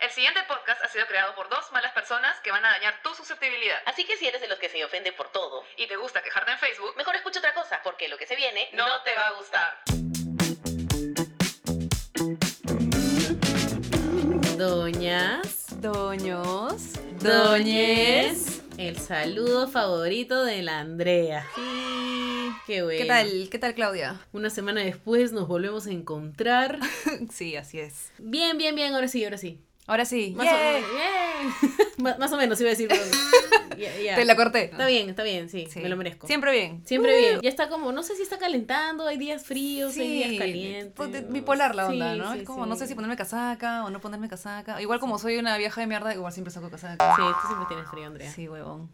El siguiente podcast ha sido creado por dos malas personas que van a dañar tu susceptibilidad. Así que si eres de los que se ofende por todo, Y te gusta quejarte en Facebook, mejor escucha otra cosa, porque lo que se viene no, te va a gustar. Doñas, Doños. doñes, el saludo favorito de la Andrea. Sí. Qué bueno. ¿Qué tal? ¿Qué tal, Claudia? Una semana después nos volvemos a encontrar. sí, así es. Bien, bien, bien, ahora sí, ahora sí. Ahora sí. Más, ¡Yay! o, bien. Más- más o menos iba a decir. pero- ya, ya. Te la corté. Está bien, está bien, sí, Sí. me lo merezco. Siempre Uh. bien. Siempre bien. Ya está como, no sé si está calentando, hay días fríos, hay días pues, de- calientes. bipolar la onda, Sí, ¿no? sí, es como, sí. no sé si ponerme casaca o no ponerme casaca. Igual como soy una vieja de mierda, igual siempre saco casaca. Sí, tú siempre tienes frío, Andrea. Sí. Sí, huevón.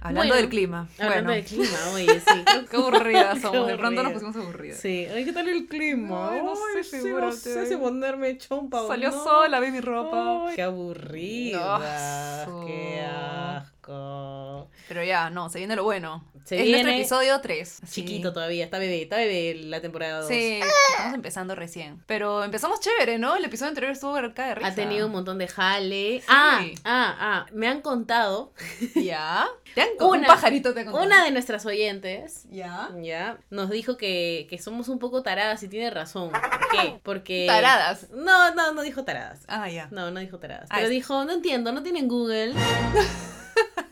Hablando Bueno, del clima. Hablando bueno. del clima, oye, sí. creo que- Qué aburridas somos. De pronto nos aburridas. pusimos aburridas. Sí, ay, ¿qué tal el clima? Ay, no sé, sí, figúrate, ay. ponerme chompa o Salió no. sol, lavé mi ropa. Ay, qué aburrida. Asco. Qué asco. Pero ya, no, se viene lo bueno. Se es viene nuestro episodio 3. Chiquito todavía, está bebé, está bebé la temporada 2. Sí, estamos empezando recién. Pero empezamos chévere, ¿no? El episodio anterior estuvo acá de risa. Ha tenido un montón de jale. Ah, Sí. ah, ah. Me han contado ¿Ya? ¿Te han Una- un pajarito te ha contado. una de nuestras oyentes. ¿Ya? Ya, nos dijo que, que somos un poco taradas y tiene razón. ¿Por qué? Porque. Taradas. No, no, no dijo taradas. Eh, Ah, ya. No, no dijo taradas. Ah, pero es- dijo, no entiendo, no tienen Google.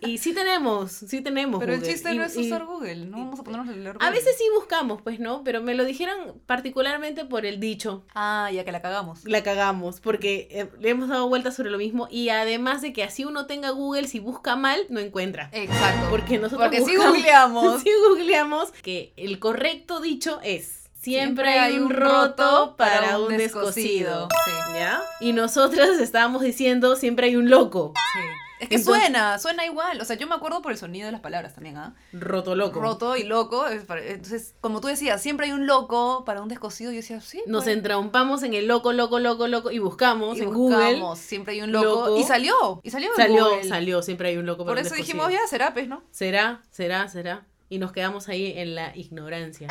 y sí tenemos, sí tenemos Pero el Google. chiste Y- no es y- usar Google, no vamos a ponernos a leer Google. A veces sí buscamos, pues no, pero me lo dijeron particularmente por el dicho. Ah, ya que la cagamos. La cagamos, porque eh, le hemos dado vueltas sobre lo mismo y además de que así uno tenga Google, si busca mal, no encuentra. Exacto. Porque nosotros Porque sí buscamos- googleamos. Si googleamos que el correcto dicho es siempre, hay un roto para un descosido. Sí, ¿Ya? Y nosotras estábamos diciendo siempre hay un loco. sí. Es que Entonces- suena, suena igual. O sea, yo me acuerdo por el sonido de las palabras también, ¿ah? Roto loco. Roto y loco. es para- Entonces, como tú decías, siempre hay un loco para un descosido. Yo decía, sí. Nos pues. entrampamos en el loco, loco, loco, loco y buscamos Y en Google. buscamos, siempre hay un loco. loco. Y salió, y salió en Salió, Google. salió, siempre hay un loco. Por para un eso dijimos, descosido. ya, será, pues, ¿no? Será, será, será. Y nos quedamos ahí en la ignorancia.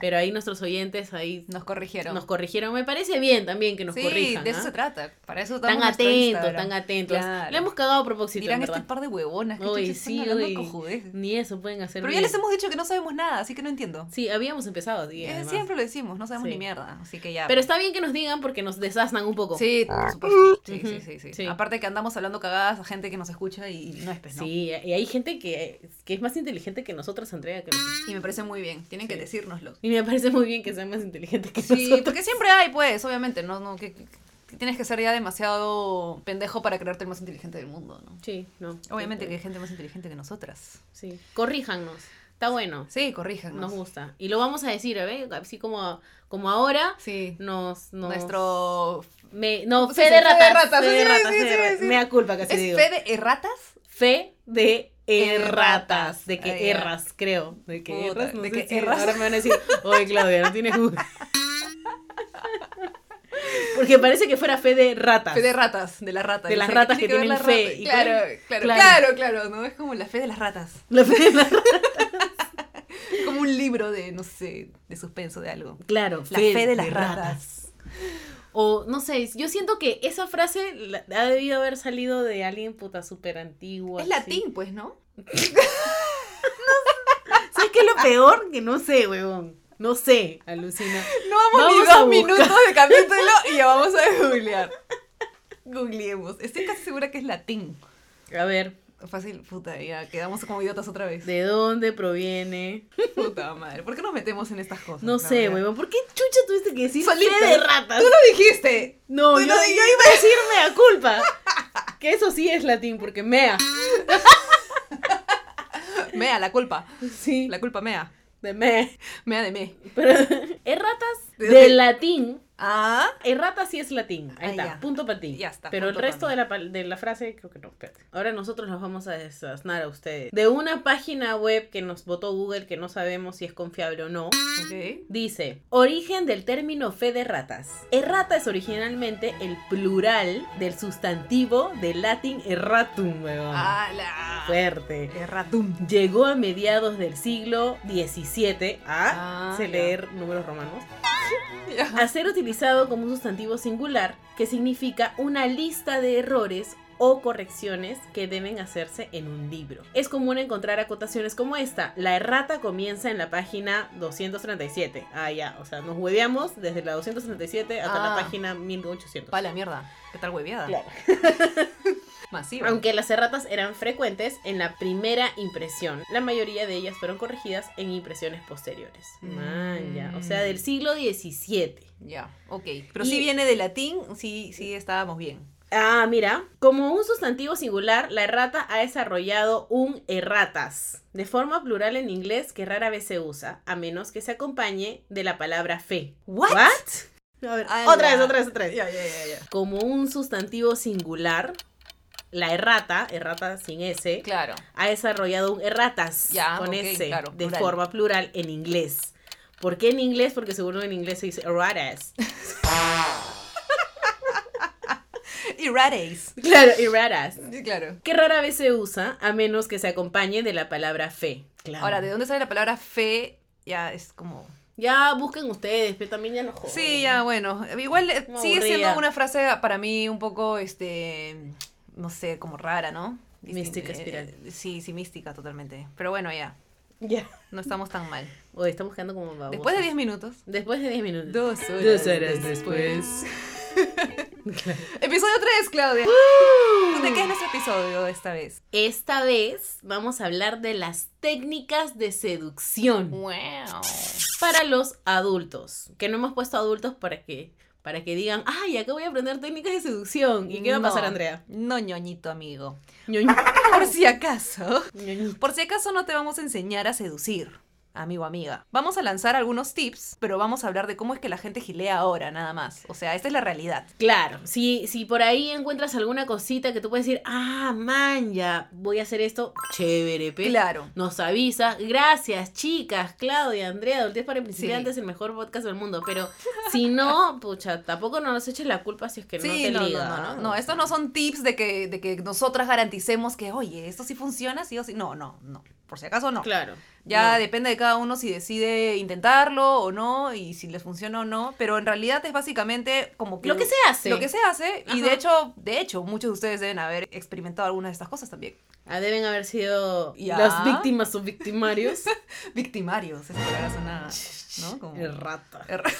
Pero ahí nuestros oyentes ahí Nos corrigieron. nos corrigieron. Me parece bien también que nos sí, corrijan. de eso ¿ah? se trata. Para eso estamos Tan en nuestro atentos, Instagram. tan atentos. Claro. Le hemos cagado a propósito, en Dirán este verdad. par de huevonas que Uy, chuchas están sí, hablando uy. cojudeces. Ni eso pueden hacer Pero ya bien. les hemos dicho que no sabemos nada, así que no entiendo. Sí, habíamos empezado. sí, Eh, además. Siempre lo decimos, no sabemos Sí. ni mierda, así que ya. Pero está bien que nos digan porque nos desasnan un poco. Sí, por supuesto. Sí, Ujú. sí, sí, sí. Sí. Aparte que andamos hablando cagadas a gente que nos escucha y no es pues, ¿no? Sí, y hay gente que, que es más inteligente que nosotras, Andrea. que nos- Y me parece muy bien, tienen que decírnoslo. Y me parece muy bien que sean más inteligentes que Sí, nosotros. porque siempre hay, pues, obviamente, no, no, que, que tienes que ser ya demasiado pendejo para creerte el más inteligente del mundo, ¿no? Sí, no. Obviamente que hay Sí, gente más inteligente que nosotras. Sí. Corríjanos. Está bueno. Sí, corríjanos. Nos gusta. Y lo vamos a decir, a ver, así como, como ahora. Sí. Nos, nos- Nuestro... Me, no, Sí, fe de sí, fe de ratas. ratas, Fe de sí, ratas. sí, fe de sí, ratas. sí. Mea culpa, casi ¿Es digo. fe de erratas? Fe de erratas. Erratas. De que Ah, ya. erras, creo. De que Puta, erras, no de sé que si- erras. Ahora me van a decir, oye Claudia, no tienes Google. Porque parece que fuera fe de ratas. Fe de ratas, de la rata. De Yo las sé, ratas ¿qué que tiene ver tienen la fe? ¿Y rata? cuál- Claro, claro. claro, claro, claro, ¿no? Es como la fe de las ratas. La fe de las ratas. Como un libro de, no sé, de suspenso, de algo. Claro, La fe, de las ratas. O no sé, yo siento que esa frase la- ha debido haber salido de alguien puta súper antiguo. Es así. latín, pues, ¿no? ¿Sabes qué es lo peor? Que no sé, huevón. No sé, alucina. No vamos, Vamos a ni dos buscar. minutos de capítulo y ya vamos a googlear. Googleemos. Estoy casi segura que es latín. A ver, Fácil, puta, ya quedamos como idiotas otra vez. ¿de dónde proviene? Puta madre. ¿Por qué nos metemos en estas cosas? No la sé, verdad? huevón. ¿Por qué chucha tuviste que decir Solita. fe de ratas? Tú lo dijiste. No, tú yo, lo yo iba a decirme a culpa. Que eso sí es latín, porque mea. Mea, la culpa. Sí, La culpa mea. de me. Mea de me. Pero, erratas De- de latín. Ah. Errata sí es latín. Ahí Ah, está, ya. punto para ti. Ya está, Pero el punto pa' resto mí. de la, pal- de la frase, creo que no. espérate. Ahora nosotros nos vamos a desasnar a ustedes. De una página web que nos votó Google, que no sabemos si es confiable o no. Ok. Dice, origen del término fe de ratas. Errata es originalmente el plural del sustantivo del latín erratum, weón. Ah, la. Fuerte. Erratum. Llegó a mediados del siglo XVII a Ah, sé ya. leer números romanos. Ya. a ser utilizado como un sustantivo singular que significa una lista de errores o correcciones que deben hacerse en un libro. Es común encontrar acotaciones como esta. La errata comienza en la página 237. Ah, ya, o sea, nos hueveamos desde la 237 hasta Ah. la página 1800. Pa' la mierda. ¿Qué tal hueviada? Claro. Masiva. Aunque las erratas eran frecuentes en la primera impresión, la mayoría de ellas fueron corregidas en impresiones posteriores. Mm. Man, ya, o sea, del siglo XVII. Ya, ok. Pero Y- si viene de latín, sí, sí estábamos bien. Ah, mira, como un sustantivo singular, la errata ha desarrollado un erratas, de forma plural en inglés que rara vez se usa, a menos que se acompañe de la palabra fe. ¿What? ¿What? A ver, Ala. otra vez, otra vez, otra vez. Ya, ya, ya, ya. Como un sustantivo singular, la errata, errata sin S, Claro. ha desarrollado un erratas Ya, con ok, S claro, de plural. forma plural en inglés. ¿Por qué en inglés? Porque seguro en inglés se dice erratas. Errates. Claro, erratas. Sí, Claro. Que rara vez se usa a menos que se acompañe de la palabra fe. Claro. Ahora, ¿de dónde sale la palabra fe? Ya es como. Ya busquen ustedes, pero también ya no jodan. Sí, ya, bueno. Igual eh, Me sigue aburría. siendo una frase para mí un poco, este. No sé, como rara, ¿no? Distin- Mística, eh, espiral. sí, sí, mística, totalmente. Pero bueno, ya. Ya. No estamos tan mal. Oye, estamos buscando como babosas. Después de 10 minutos. Después de 10 minutos. Dos horas, Episodio 3, Claudia. ¿De qué es nuestro episodio esta vez? Esta vez vamos a hablar de las técnicas de seducción Wow. para los adultos. Que no hemos puesto adultos para que, para que digan, ay, acá voy a aprender técnicas de seducción. ¿Y qué va a pasar, Andrea? No, ñoñito, amigo. Ñoño. Por si acaso. Ñoño. Por si acaso no te vamos a enseñar a seducir, amigo, amiga. Vamos a lanzar algunos tips, pero vamos a hablar de cómo es que la gente gilea ahora, nada más. O sea, esta es la realidad. Claro, si, si por ahí encuentras alguna cosita que tú puedes decir, ah, man, ya voy a hacer esto, chévere, pe. Claro. Nos avisas. Gracias, chicas, Claudia, Andrea, Adultez para Principiantes, el mejor podcast del mundo. Pero si no, pucha, tampoco no nos eches la culpa si es que no Sí, te no, no, liga, no, no, no, estos no son tips de que, de que nosotras garanticemos que, oye, esto sí funciona, sí o sí. No, no, no. Por si acaso, no. Claro. Ya no. depende de cada uno si decide intentarlo o no y si les funciona o no, pero en realidad es básicamente como que Lo que se hace. Lo que se hace y de Ajá. hecho, de hecho, muchos de ustedes deben haber experimentado alguna de estas cosas también. Ah, deben haber sido Ya. las víctimas o victimarios. Victimarios, esa palabra suena, ¿no? Como Errata. erra-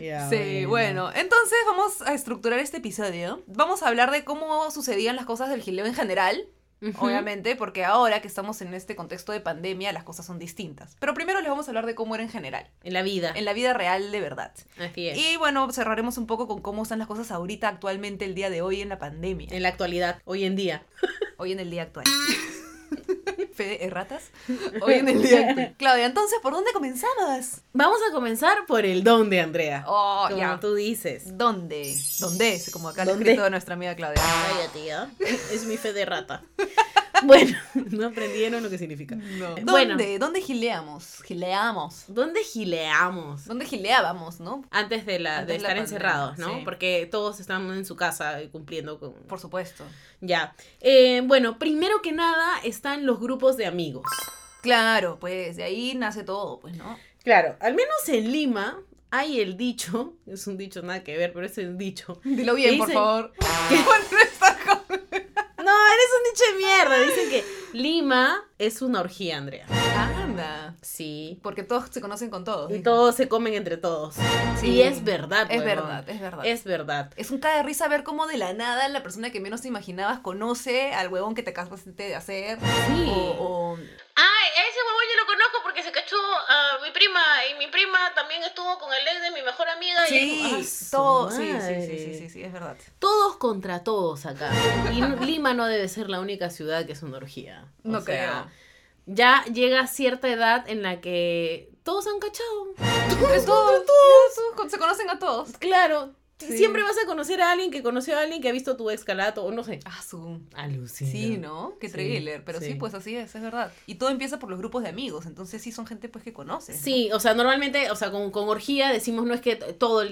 Ya, Sí, bueno, entonces vamos a estructurar este episodio. Vamos a hablar de cómo sucedían las cosas del gileo en general, Ujú. obviamente, porque ahora que estamos en este contexto de pandemia, las cosas son distintas. Pero primero les vamos a hablar de cómo era en general, En la vida. en la vida real de verdad. Así es. Y bueno, cerraremos un poco con cómo están las cosas ahorita, actualmente, el día de hoy en la pandemia. En la actualidad, hoy en día. Hoy en el día actual. Fede, erratas. Hoy en el día actual. Claudia, entonces, ¿por dónde comenzamos? Vamos a comenzar por el don de Andrea. Oh, como ya. tú dices. ¿Dónde? ¿Dónde? Es como acá lo ha ¿Dónde? escrito nuestra amiga Claudia. Vaya tía. Es mi fe de rata. bueno, no aprendieron lo que significa. ¿Dónde? Bueno. ¿Dónde gileamos? Gileamos. ¿Dónde gileamos? ¿Dónde gileábamos, no? Antes de, la, de Antes de la estar pandemia, encerrados, ¿no? sí. Porque todos están en su casa y cumpliendo con... Por supuesto. Ya. Eh, bueno, primero que nada están los grupos de amigos. Claro, pues de ahí nace todo, pues, ¿no? Claro, al menos en Lima hay el dicho, es un dicho nada que ver, pero es un dicho. Dilo bien, ¿Qué por dicen? favor. Bueno, está como- No, eres un dicho de mierda. Dicen que Lima es una orgía, Andrea. Anda. Sí. Porque todos se conocen con todos. Y ¿sí? todos se comen entre todos. Sí. Y es verdad, Es huevón. verdad, es verdad. Es verdad. Es un cae de risa ver cómo de la nada la persona que menos te imaginabas conoce al huevón que te acabaste de hacer. Sí. O, o- Ah, a ese huevón yo lo conozco porque se cachó a mi prima y mi prima también estuvo con el ex de mi mejor amiga. y es como, Sí, ah, todo. su Sí, sí, sí, madre. sí, sí, sí, es verdad. Todos contra todos acá. Y no- Lima no debe ser la única ciudad que es una orgía. O No sea, Ya llega cierta edad en la que todos han cachado. creo. Entre todos, todos, se conocen a todos. Claro. Sí. Siempre vas a conocer a alguien que conoció a alguien que ha visto tu escalato, o no sé. Ah, su. Alucina. Sí, ¿no? Qué Sí, thriller. Pero sí. sí. pues así es, es verdad. Y todo empieza por los grupos de amigos. Entonces sí son gente pues que conoces. ¿no? Sí, o sea, normalmente, o sea, con, con orgía decimos no es que t- todo,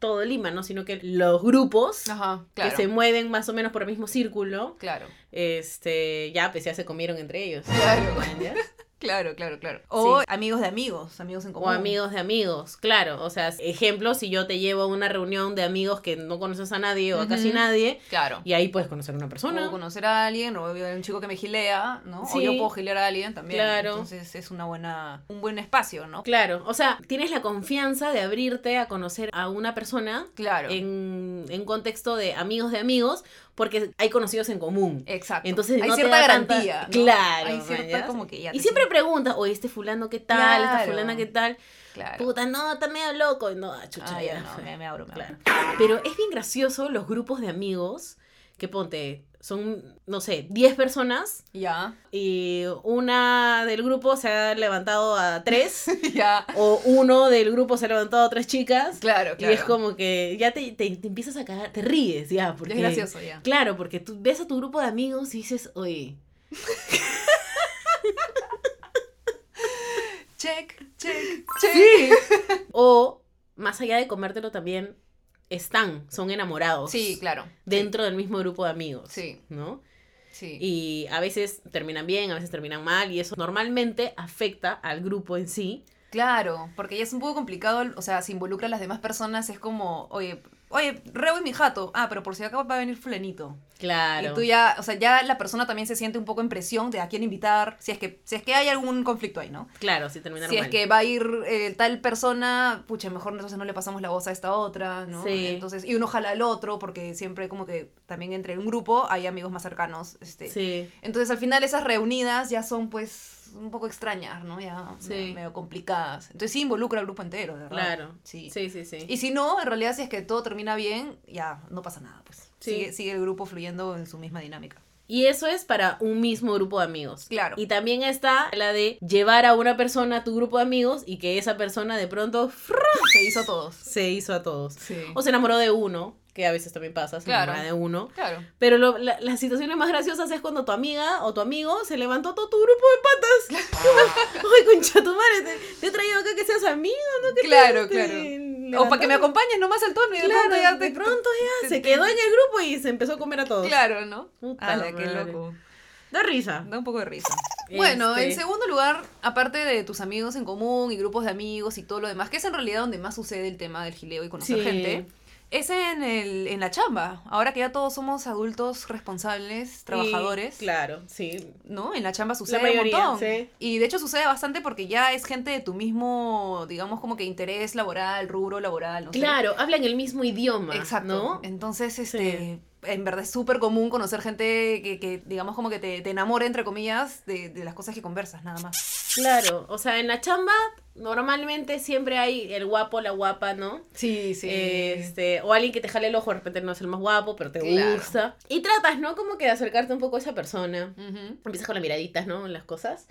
todo Lima, ¿no? Sino que los grupos Ajá, claro. que se mueven más o menos por el mismo círculo, Claro. este, ya, pues ya se comieron entre ellos. Claro. ¿Ya? Claro, claro, claro. O Sí. amigos de amigos, amigos en O común. amigos de amigos, claro. O sea, ejemplo, si yo te llevo a una reunión de amigos que no conoces a nadie o a casi Ujú. nadie, Claro. y ahí puedes conocer a una persona. O conocer a alguien, o un chico que me gilea, ¿no? Sí. O yo puedo gilear a alguien también. Claro. Entonces es una buena, un buen espacio, ¿no? Claro, o sea, tienes la confianza de abrirte a conocer a una persona Claro. en, en contexto de amigos de amigos, porque hay conocidos en común. Exacto. Entonces hay no te cierta da tanta- garantía. ¿no? Claro, Hay cierta mañas. como que ya. Y te siempre preguntas, o este fulano qué tal, esta Claro. fulana qué tal, sientes- Claro. puta, no, está medio loco, no, ah, chucha, Ah, ya, ya, no, fue. me, me abro, me Claro. abro. Pero es bien gracioso los grupos de amigos que ponte, son, no sé, 10 personas Ya, y una del grupo se ha levantado a tres ya. o uno del grupo se ha levantado a tres chicas Claro, claro. y es como que ya te, te- te empiezas a cagar, te ríes ya. Porque, Es gracioso ya. Claro, porque tú ves a tu grupo de amigos y dices, oye, Check, check, check. o más allá de comértelo también, están, son enamorados Sí, claro. dentro del mismo grupo de amigos. Sí. ¿No? Sí. Y a veces terminan bien, a veces terminan mal, y eso normalmente afecta al grupo en sí. Claro, porque ya es un poco complicado, o sea, si involucra a las demás personas, es como, oye, oye, Rebo y mi jato. Ah, pero por si acá va a venir fulanito. Claro. Y tú ya, o sea, ya la persona también se siente un poco en presión de a quién invitar, si es que, si es que hay algún conflicto ahí, ¿no? Claro, si terminaron Si mal. es que va a ir eh, tal persona, pucha, mejor entonces no le pasamos la voz a esta otra, ¿no? Sí. Entonces, y uno jala al otro, porque siempre como que también entre un grupo hay amigos más cercanos, este. Sí. Entonces, al final esas reunidas ya son, pues, un poco extrañas, ¿no? Ya Sí. me- medio complicadas. Entonces, sí involucra al grupo entero, de ¿verdad? Claro. Sí. Sí, sí, sí. Y si no, en realidad, si es que todo termina bien, ya no pasa nada, pues. Sí. Sigue, sigue el grupo fluyendo en su misma dinámica. Y eso es para un mismo grupo de amigos. Claro. Y también está la de llevar a una persona a tu grupo de amigos y que esa persona de pronto ¡fra! Se hizo todos. se hizo a todos. Sí. O se enamoró de uno, que a veces también pasa, se Claro. enamora de uno. claro. Pero lo- la- las situaciones más graciosas es cuando tu amiga o tu amigo se levantó todo tu grupo de patas. Ay, concha tu madre, te, te he traído acá que seas amigo, ¿no? Que Claro, te- claro. te O para que levantaron. me acompañes nomás al tono y de Claro, pronto ya te... de pronto ya te- se te- quedó en el grupo y se empezó a comer a todos. Claro, ¿no? Puta Ala, qué madre. loco. Da risa. Da un poco de risa. Bueno, Este. en segundo lugar, aparte de tus amigos en común y grupos de amigos y todo lo demás, que es en realidad donde más sucede el tema del gileo y conocer Sí. gente, es en, el, en la chamba. Ahora que ya todos somos adultos responsables, trabajadores. Y- claro, sí. ¿no? En la chamba sucede mayoría, un montón. sí. Y de hecho sucede bastante porque ya es gente de tu mismo, digamos, como que interés laboral, rubro laboral, no sé. Claro, hablan el mismo idioma. Exacto. ¿no? Entonces, este, en verdad es súper común conocer gente que, que, digamos, como que te, te enamora, entre comillas, de, de las cosas que conversas, nada más. Claro, o sea, en la chamba normalmente siempre hay el guapo, la guapa, ¿no? Sí, sí. Este, o alguien que te jale el ojo, de repente no es el más guapo, pero te Claro. gusta. Y tratas, ¿no? Como que de acercarte un poco a esa persona. Empiezas con las miraditas, ¿no? En las cosas.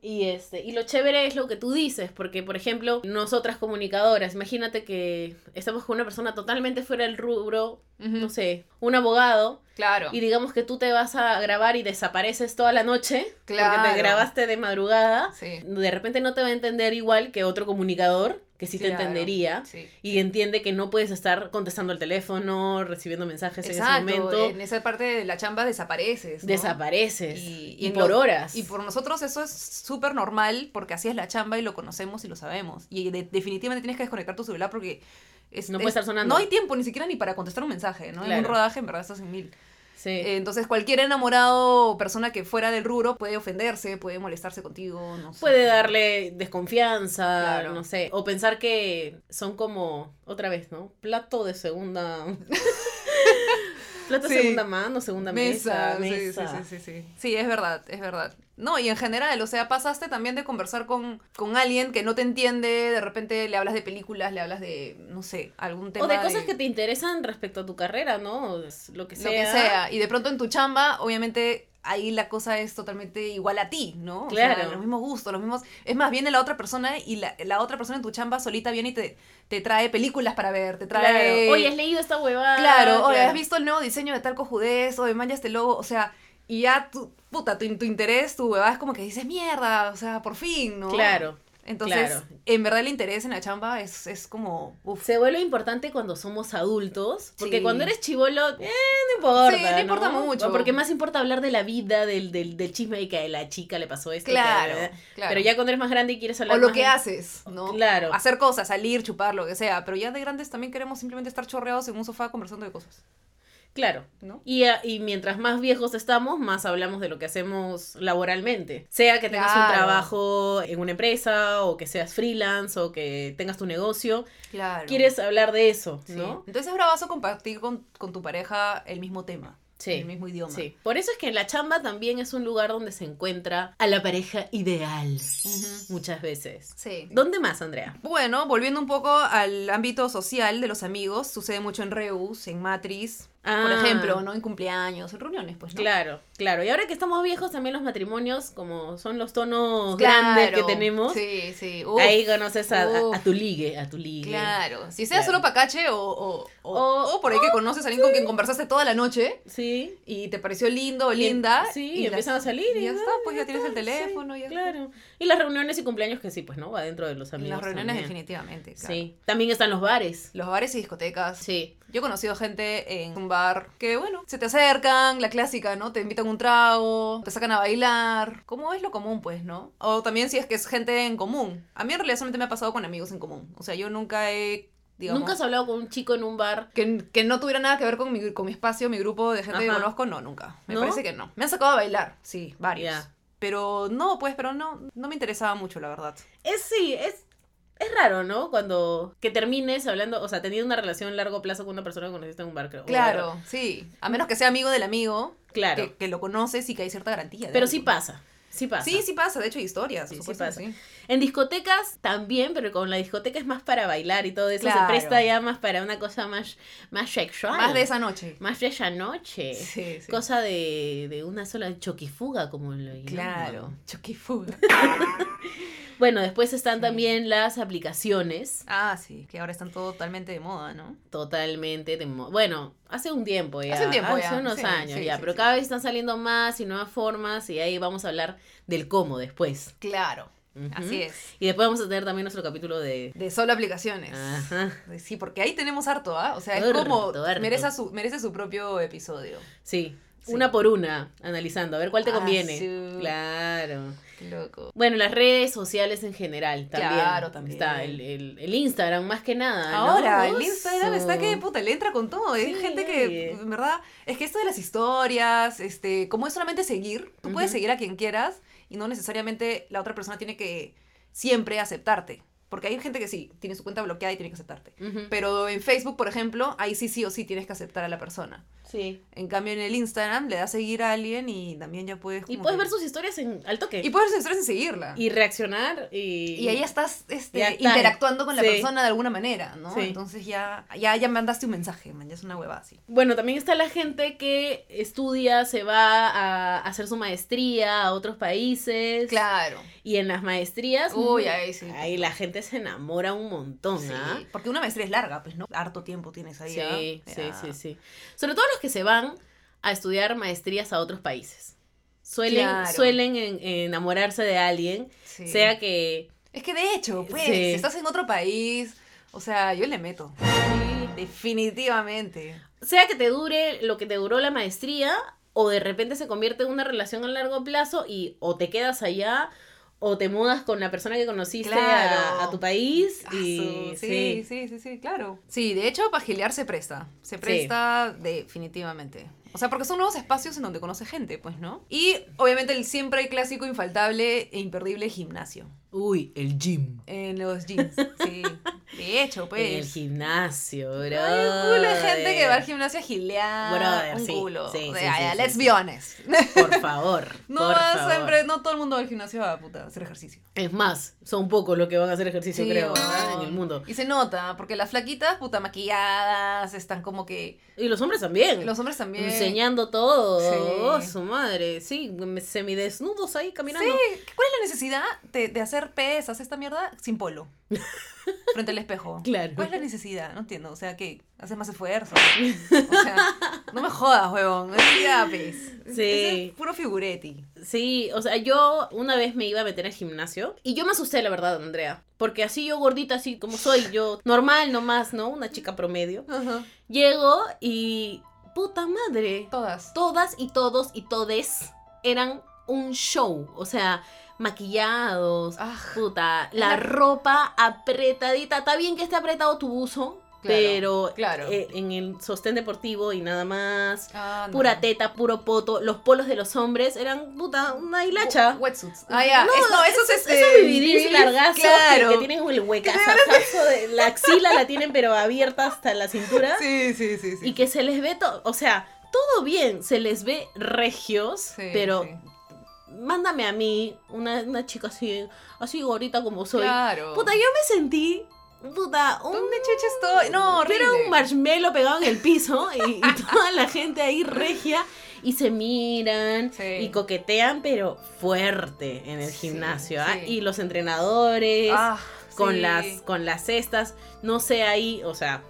Y este, y lo chévere es lo que tú dices, porque por ejemplo, nosotras comunicadoras, imagínate que estamos con una persona totalmente fuera del rubro, Mm. no sé, un abogado, Claro. y digamos que tú te vas a grabar y desapareces toda la noche, porque Claro. te grabaste de madrugada, Sí. de repente no te va a entender igual que otro comunicador que sí te Claro. entendería Sí. y entiende que no puedes estar contestando el teléfono, recibiendo mensajes en ese Exacto. momento, En esa parte de la chamba desapareces. ¿no? desapareces Y- y, y en por lo- horas. Y por nosotros eso es súper normal porque así es la chamba y lo conocemos y lo sabemos. Y de- definitivamente tienes que desconectar tu celular porque es- No puede es- estar sonando. No hay tiempo ni siquiera ni para contestar un mensaje, ¿no? En un Claro. rodaje en verdad estás en mil. Sí. Eh, Entonces cualquier enamorado o persona que fuera del rubro puede ofenderse, puede molestarse contigo, no sé. Puede darle desconfianza, Claro. no sé, o pensar que son como, otra vez, ¿no? Plato de segunda... Plato de Sí. segunda mano, segunda mesa, sí, mesa. Sí, sí, sí, sí. Sí, es verdad, es verdad. No, y en general, o sea, pasaste también de conversar con, con alguien que no te entiende, de repente le hablas de películas, le hablas de, no sé, algún tema. O de cosas que te interesan respecto a tu carrera, ¿no? Es Lo que sea. Lo que sea. Y de pronto en tu chamba, obviamente, ahí la cosa es totalmente igual a ti, ¿no? O sea, Claro. los mismos gustos, los mismos... Es más, viene la otra persona y la, la otra persona en tu chamba solita viene y te, te trae películas para ver, te Claro. trae... Oye, has leído esta huevada. Claro, oye, Claro. ¿has visto el nuevo diseño de tal cojudez? Oye, man, ya este logo, o sea, y ya tu, puta, tu, tu interés, tu huevada es como que dices, mierda, o sea, por fin, ¿no? Claro. Entonces, Claro. en verdad el interés en la chamba es, es como... Uf. Se vuelve importante cuando somos adultos, porque Sí. cuando eres chivolo, eh, no importa. Sí, no importa mucho. Porque más importa hablar de la vida, del, del, del chisme de que a la chica le pasó esto. que- Claro, claro. Este, Pero ya cuando eres más grande y quieres hablar o lo más que de- haces, ¿no? Claro. Hacer cosas, salir, chupar, lo que sea. Pero ya de grandes también queremos simplemente estar chorreados en un sofá conversando de cosas, Claro. ¿no? Y, a- y mientras más viejos estamos, más hablamos de lo que hacemos laboralmente. Sea que tengas un Claro. trabajo en una empresa, o que seas freelance, o que tengas tu negocio, Claro. quieres hablar de eso, Sí. ¿no? Entonces es bravazo compartir con, con tu pareja el mismo tema, el mismo idioma. Sí. Por eso es que la chamba también es un lugar donde se encuentra a la pareja ideal, Ujú. muchas veces. Sí. ¿Dónde más, Andrea? Bueno, volviendo un poco al ámbito social de los amigos, sucede mucho en Reus, en Matrix, por Ah. ejemplo, ¿no? En cumpleaños, en reuniones, pues, ¿no? Claro, claro. Y ahora que estamos viejos, también los matrimonios, como son los tonos Claro. grandes que tenemos, Sí, sí. Uf, ahí conoces a, a- uf. a tu ligue, a tu ligue. Claro. Si sea Claro. solo pacache o, o, o- O- o por ahí que conoces a alguien con quien conversaste toda la noche Sí. y te pareció lindo o Y- em- linda. sí, y y empiezan las- a salir y ya va, está, pues ya tienes el está, sí, teléfono. ya está. Claro. Y las reuniones y cumpleaños que sí, pues no, va dentro de los En amigos. las reuniones también. definitivamente. claro. Sí. También están los bares. Los bares y discotecas. Sí. Yo he conocido gente en un bar que, bueno, se te acercan, la clásica, ¿no? Te invitan un trago, te sacan a bailar. Como es lo común, pues, ¿no? O también si es que es gente en común. A mí en realidad solamente me ha pasado con amigos en común. O sea, yo nunca he, digamos... Nunca has hablado con un chico en un bar. que, que no tuviera nada que ver con mi, con mi espacio, mi grupo de gente que Ajá. conozco, no, nunca. Me ¿No? parece que no. Me han sacado a bailar, sí, varios. Ya. Pero no, pues, pero no, no me interesaba mucho, la verdad. Es sí, es. Es raro, ¿no? Cuando que termines hablando, o sea, teniendo una relación a largo plazo con una persona que conociste en un bar, creo. Claro, sí. A menos que sea amigo del amigo, Claro. que, que lo conoces y que hay cierta garantía. de Pero algo, sí ¿no? pasa. Sí pasa. Sí, sí pasa, de hecho hay historias. Sí, por sí supuesto, pasa. En discotecas también, pero con la discoteca es más para bailar y todo eso. Claro. Se presta ya más para una cosa más, más sexual. Más de esa noche. Más de esa noche. Sí, sí. Cosa de, de una sola choquifuga, como lo llaman. Claro. Choquifuga. Bueno, después están Sí. también las aplicaciones. Ah, sí, que ahora están todo totalmente de moda, ¿no? Totalmente. de mo- bueno, hace un tiempo ya. Hace un tiempo hace ya, unos sí, años sí, ya. sí, pero sí. cada vez están saliendo más y nuevas formas. Y ahí vamos a hablar del cómo después. Claro. Ujú. Así es. Y después vamos a tener también nuestro capítulo de. De solo aplicaciones. Ajá. Sí, porque ahí tenemos harto, ¿ah? O sea, es Harto, como harto. merece su, merece su propio episodio. Sí. Sí. Una por una, analizando, a ver cuál te Ah, conviene. sí. Claro. Qué Loco. Bueno, las redes sociales en general también. Claro, también. Está el, el- el Instagram más que nada. Ah, ¿no? Ahora, el Eso. Instagram está que puta, le entra con todo. ¿eh? Hay Sí, gente que, oye. en verdad, es que esto de las historias, este, como es solamente seguir, tú puedes Ujú. seguir a quien quieras y no necesariamente la otra persona tiene que siempre aceptarte. Porque hay gente que sí, tiene su cuenta bloqueada y tiene que aceptarte. Ujú. Pero en Facebook, por ejemplo, ahí sí sí o sí tienes que aceptar a la persona. Sí. En cambio, en el Instagram le das seguir a alguien y también ya puedes. Y como puedes que- ver sus historias en al toque. Y puedes ser sin seguirla. Y reaccionar y... y ahí estás este, Ya está. interactuando con la Sí. persona de alguna manera, ¿no? Sí. Entonces ya, ya, ya mandaste un mensaje, man, ya es una hueva así. Bueno, también está la gente que estudia, se va a hacer su maestría a otros países. Claro. Y en las maestrías... Uy, mm, ahí sí. Ahí la gente se enamora un montón, Sí, ¿ah? Porque una maestría es larga, pues, ¿no? Harto tiempo tienes ahí. ¿ah? Sí, sí, Ya. sí, sí. Sobre todo los que se van a estudiar maestrías a otros países. Suelen, Claro. suelen en- enamorarse de alguien, Sí. sea que... Es que de hecho, pues, Sí. si estás en otro país, o sea, yo le meto. Definitivamente. Sea que te dure lo que te duró la maestría o de repente se convierte en una relación a largo plazo y o te quedas allá o te mudas con la persona que conociste a- Claro. a, tu país. Ah, Y, su- sí, sí, sí, sí, claro. Sí, de hecho, para gilear se presta. Se presta definitivamente. O sea, porque son nuevos espacios en donde conoce gente, pues, ¿no? Y obviamente el siempre el clásico, infaltable e imperdible gimnasio. Uy, el gym. En los gyms, sí. De hecho, pues. el gimnasio, bro. Hay un culo de gente que va al gimnasio a gilear. Brother, un sí, culo. sí, O sea, sí, sí, ya, sí, let's sí. be honest. Por favor. No, por favor. siempre, no todo el mundo va al gimnasio a puta, hacer ejercicio. Es más, son pocos los que van a hacer ejercicio, Sí, creo, weón. ¿verdad? En el mundo. Y se nota, porque las flaquitas, puta, maquilladas, están como que. Y los hombres también. Los hombres también. Enseñando todo. Sí. Oh, su madre. Sí, me- semidesnudos ahí caminando. Sí, ¿cuál es la necesidad de, de hacer pesas, esta mierda, sin polo? frente al espejo. Claro. ¿Cuál es la necesidad? No entiendo. O sea, que haces más esfuerzo. O sea, no me jodas, huevón. No es ya, pues. Ese es puro figuretti. Sí, o sea, yo una vez me iba a meter al gimnasio y yo me asusté, la verdad, Andrea. Porque así yo gordita, así como soy, yo normal nomás, ¿no? Una chica promedio. Ajá. Llego y... Puta madre. Todas. Todas y todos y todes eran un show. O sea, maquillados, Ah, puta, la la- ropa apretadita. Está bien que esté apretado tu buzo, Claro, pero claro. eh, en el sostén deportivo y nada más. ah, no. Pura teta, puro poto. Los polos de los hombres eran, puta, una hilacha. Wet- Wetsuits. Ah, ya. Es- No, eso es este. Esos bikinis largazos Claro. que, que tienen el huecazazo de la axila la tienen pero abierta hasta la cintura Sí, sí, sí. sí. y que se les ve todo, o sea, todo bien, se les ve regios, Sí, pero sí. mándame a mí una, una chica así, así gorita como soy. Claro. Puta, yo me sentí, puta, un... ¿Dónde chucha estoy? No, yo horrible. era un marshmallow pegado en el piso y, y toda la gente ahí regia y se miran Sí. y coquetean, pero fuerte en el Sí, gimnasio. ¿ah? sí. Y los entrenadores Ah, con sí. las con las cestas, no sé ahí, o sea,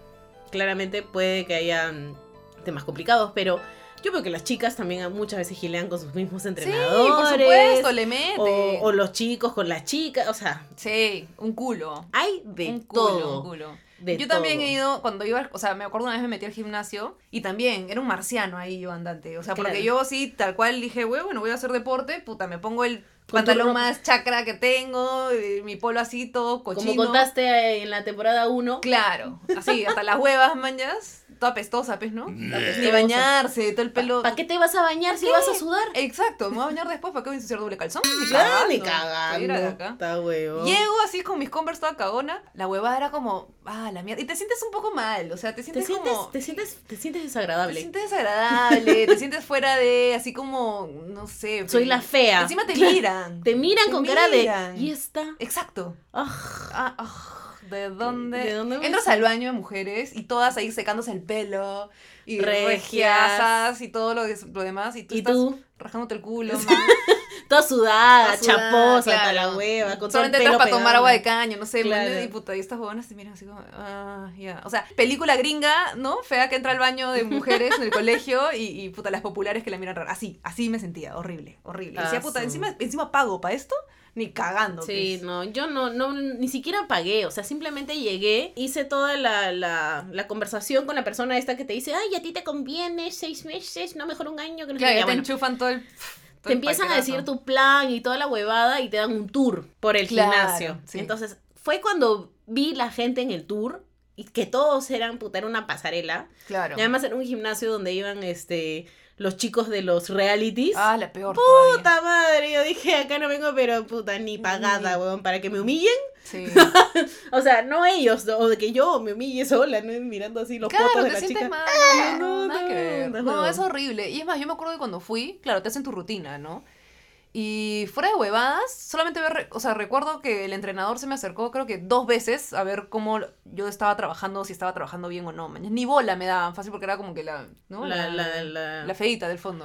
claramente puede que hayan temas complicados, pero yo veo que las chicas también muchas veces gilean con sus mismos Sí, entrenadores. por supuesto, le mete. o, o los chicos con las chicas, o sea, Sí, un culo. hay de un culo, todo. un culo. de yo también todo. he ido, cuando iba, o sea, me acuerdo una vez me metí al gimnasio y también era un marciano ahí yo andante. O sea, porque Claro. yo así, tal cual dije, "Güey, bueno, voy a hacer deporte, puta, me pongo el Con tu pantalón ropa. más chacra que tengo, eh, mi polo así todo cochino. Como contaste eh, en la temporada 1, Claro, así, hasta las huevas, mañas, toda pestosa, pues, ¿no? Ni pestosa. bañarse, todo el pelo. ¿para qué te vas a bañar si ¿Qué? vas a sudar? Exacto, me voy a bañar después, ¿para qué voy a ensuciar doble calzón? Ni Ya, ni cagando, estoy de acá. cagando. Está huevo. Llego así con mis Converse toda cagona, la huevada era como, ah, la mierda. Y te sientes un poco mal, o sea, Te te sientes sientes, como... te sientes, te sientes te desagradable. sientes desagradable, te sientes fuera de, así como, no sé. Soy la fea. Encima te Claro. miran. Te miran Te con cara miran. de. Y está. Exacto. Ah, Ah, ah, ¿De dónde? ¿De dónde me Entras al baño de mujeres y todas ahí secándose el pelo y Regias. regias y todo lo, des- lo demás. Y tú y estás tú, rajándote el culo, man. toda sudada, Toda sudada, chaposa, claro. hasta la hueva, con todo el Solamente pelo entras para tomar pegado. agua de caño, no sé, Claro. man, y puta, y estas huevonas se miran así como, ah, ya. O sea, película gringa, ¿no? Fea que entra al baño de mujeres en el colegio y, y, puta, las populares que la miran rara. Así, así me sentía, horrible, horrible. Y decía, Ah, puta, su- encima, encima pago para esto, ni cagando. Sí, pues. no, yo no, no, ni siquiera pagué, o sea, simplemente llegué, hice toda la, la, la conversación con la persona esta que te dice, ay, a ti te conviene seis meses, no, mejor un año, que no sé Claro, qué". ya te Bueno, enchufan todo el. todo te el empiezan a paquetazo. decir tu plan y toda la huevada y te dan un tour por el Claro, gimnasio. sí. Entonces, fue cuando vi la gente en el tour y que todos eran, puta, era una pasarela. Claro. Y además era un gimnasio donde iban este los chicos de los realities. Ah, la peor. todavía. Puta madre, yo dije, acá no vengo, pero puta, ni pagada, Ni- weón, para que me humillen. Sí. O sea, no ellos, o de que yo me humille sola, ¿no? mirando así los claro, potos de te la sientes chica. mal. Ah, no, no, nada no, que ver. no, No, no. es horrible. Y es más, yo me acuerdo que cuando fui, claro, te hacen tu rutina, ¿no? Y fuera de huevadas, solamente ver, o sea, recuerdo que el entrenador se me acercó creo que dos veces a ver cómo yo estaba trabajando, si estaba trabajando bien o no. mañas. Ni bola me daban fácil porque era como que la, ¿no? La, la, la, La feita del fondo.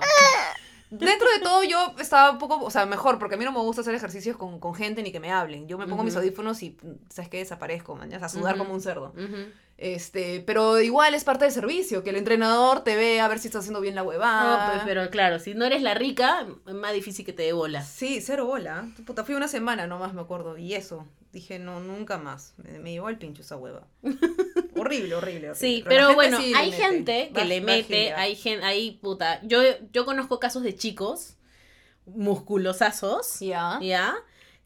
Dentro de todo yo estaba un poco, o sea, mejor, porque a mí no me gusta hacer ejercicios con, con gente ni que me hablen. Yo me pongo mis Ujú. audífonos y, mm, ¿sabes qué? Desaparezco, man, ya, a sudar Ujú. como un cerdo. Ujú. Este, pero igual es parte del servicio, que el entrenador te ve a ver si está haciendo bien la huevada. No, pe- pero claro, si no eres la rica, es más difícil que te dé bolas. Sí, cero bola. Puta, fui una semana nomás, me acuerdo, y eso. Dije, no, nunca más. Me, me llevó al pincho esa hueva. horrible, horrible, horrible. Sí, la pero gente bueno, sí le hay mete. gente que Va- le va mete, genial. hay gente, hay puta. Yo, yo conozco casos de chicos musculosazos, Ya. ¿ya?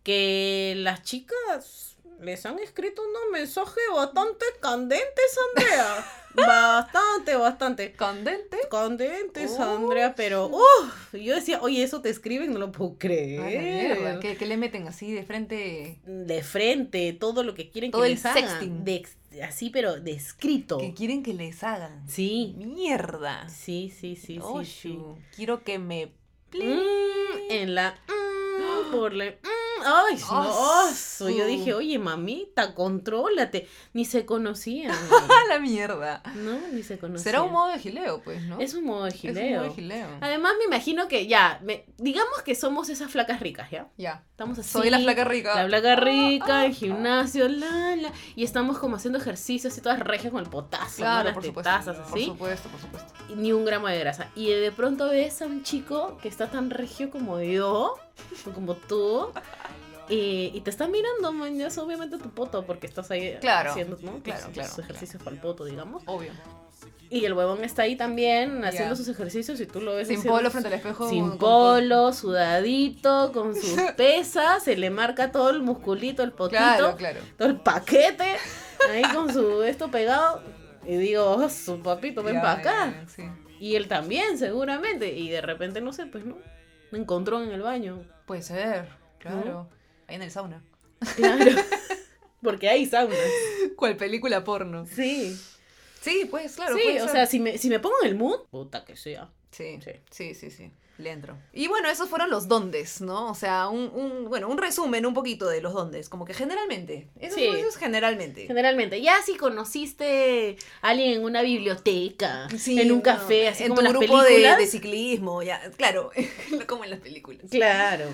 Que las chicas les han escrito un mensaje bastante candentes, Andrea. bastante, bastante. Candente. Candentes, Oh, Andrea, pero uff, yo decía, oye, eso te escriben, no lo puedo A Ah, la creer. mierda, ¿Qué, qué le meten así de frente? De frente, todo lo que quieren Todo que el les hagan. sexting. De ex- así, pero de escrito. Que quieren que les hagan. Sí, Mierda. Sí, sí, sí, Oh, Mm. sí, sí. Oshu, Quiero que me. Mm, en la mm, por la mm, Ay, Oh, no, su. yo dije, oye, mamita, contrólate. Ni se conocían, ¡A la mierda! ¿no? Ni se conocían. Será un modo de gileo, pues, ¿no? Es un modo de Es un gileo. modo de gileo. Ah, Además, me imagino que ya, me- digamos que somos esas flacas ricas, ¿ya? Ya. Estamos así. Soy la flaca rica. Ah, La flaca rica, el gimnasio, la, la. Y estamos como haciendo ejercicios y todas regias con el potasio, ¿no? Claro, las por supuesto. tetazas, Por así. supuesto, por supuesto. y ni un gramo de grasa. Y de pronto ves a un chico que está tan regio como yo, o como tú. eh, y te está mirando, man, ya es obviamente tu poto, porque estás ahí Claro, haciendo ¿no? claro, tus, claro, tus ejercicios para el poto, digamos. Obvio. Y el huevón está ahí también haciendo Ya. sus ejercicios y tú lo ves Sin haciendo polo sus- frente al espejo. Pues sin con- polo, sudadito, con sus pesas, se le marca todo el musculito, el potito, Claro, claro. todo el paquete, ahí con su esto pegado. Y digo, "Oh, su papito, ven Ya, para acá. ya, ya, sí. Y él también, seguramente. Y de repente, no sé, pues no. Me encontró en el baño. Puede ser, claro. Ahí en el sauna. Claro. Porque hay sauna. ¿Cuál película porno? Sí. Sí, pues claro. sí, puede o ser. sea, si me, si me pongo en el mood, puta que sea. Sí, Sí. sí, sí, sí. Le entro. Y bueno, esos fueron los dondes, ¿no? O sea, un, un- bueno, un resumen un poquito de los dondes. Como que generalmente. Eso, Sí. eso es generalmente. Generalmente, ya si conociste a alguien en una biblioteca, Sí, en un no, café, así en como tu en las grupo de- películas. De, ciclismo, ya. Claro, como en las películas. Claro,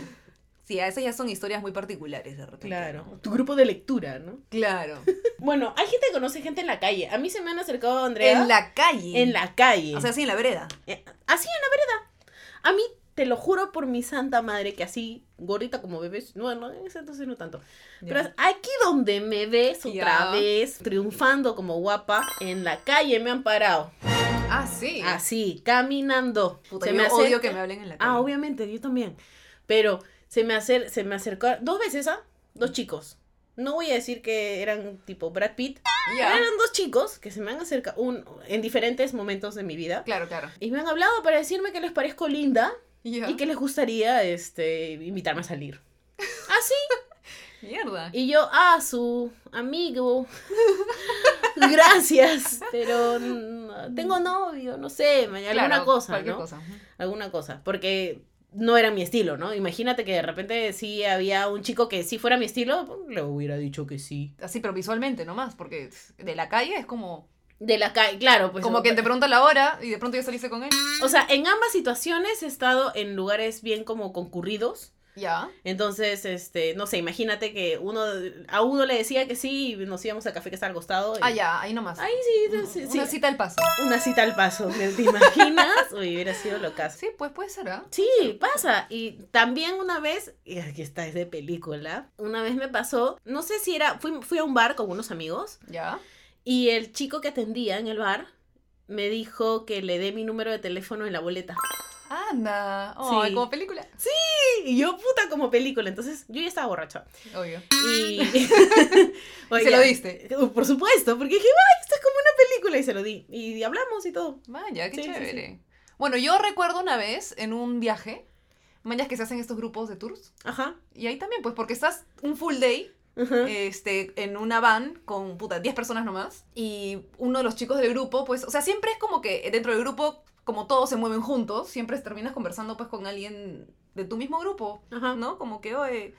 Sí, a esas ya son historias muy particulares de repente. ¿no? claro. Tu grupo de lectura, ¿no? Claro. Bueno, hay gente que conoce gente en la calle. A mí se me han acercado, Andrea. en la calle. en Ah, la calle. O sea, sí, en la vereda. Eh, Así en la verdad. A mí, te lo juro por mi santa madre, que así, gordita como bebés, no, no, en ese entonces no tanto. Pero Ya. aquí donde me ves otra Ya. vez, triunfando como guapa, en la calle me han parado. ah, sí. Así, caminando. Puta, Se yo me acerca- odio que me hablen en la calle. Ah, obviamente, yo también. Pero se me, acer- se me acercó dos veces, ¿ah? Dos chicos. No voy a decir que eran tipo Brad Pitt. Ya. Eran dos chicos que se me han acercado un- en diferentes momentos de mi vida. Claro, claro. Y me han hablado para decirme que les parezco linda Ya. y que les gustaría este, invitarme a salir. Así. Mierda. Y yo, ah, su amigo. Gracias. Pero mm, tengo novio, no sé, ma- alguna Claro, cosa, cualquier ¿no? cosa. Alguna cosa. Porque no era mi estilo, ¿no? Imagínate que de repente sí había un chico que sí fuera mi estilo, pues, le hubiera dicho que sí. Así, pero visualmente nomás, porque de la calle es como. De la calle, claro, pues. como que te pregunta la hora y de pronto ya saliste con él. O sea, en ambas situaciones he estado en lugares bien como concurridos. Ya. Entonces, este, no sé, imagínate que uno a uno le decía que sí y nos íbamos al café que está al costado. y- Ah, ya, ahí nomás. Ay, sí, Un- sí, sí, Una cita al paso. una cita al paso, ¿me- ¿te imaginas? Uy, hubiera sido lo caso. Sí, pues puede ser, ¿ah? Sí, pasa. Y también una vez, y aquí está, es de película, una vez me pasó, no sé si era, fui, fui a un bar con unos amigos Ya. y el chico que atendía en el bar me dijo que le dé mi número de teléfono en la boleta. Anda. Oh, Sí. como película. Y yo, puta, como película. Entonces, yo ya estaba borracha. Obvio. Y... Y Oye, se lo diste. Uh, Por supuesto, porque dije, ¡ay, esto es como una película! Y se lo di. Y hablamos y todo. Vaya, qué Sí, sí, chévere. Bueno, yo recuerdo una vez en un viaje, mañas que se hacen estos grupos de tours. Ajá. Y ahí también, pues, porque estás un full day ajá. este, en una van con, puta, 10 personas nomás. Y uno de los chicos del grupo, pues, o sea, siempre es como que dentro del grupo, como todos se mueven juntos, siempre terminas conversando, pues, con alguien de tu mismo grupo, Ajá. ¿no? Como que, oye,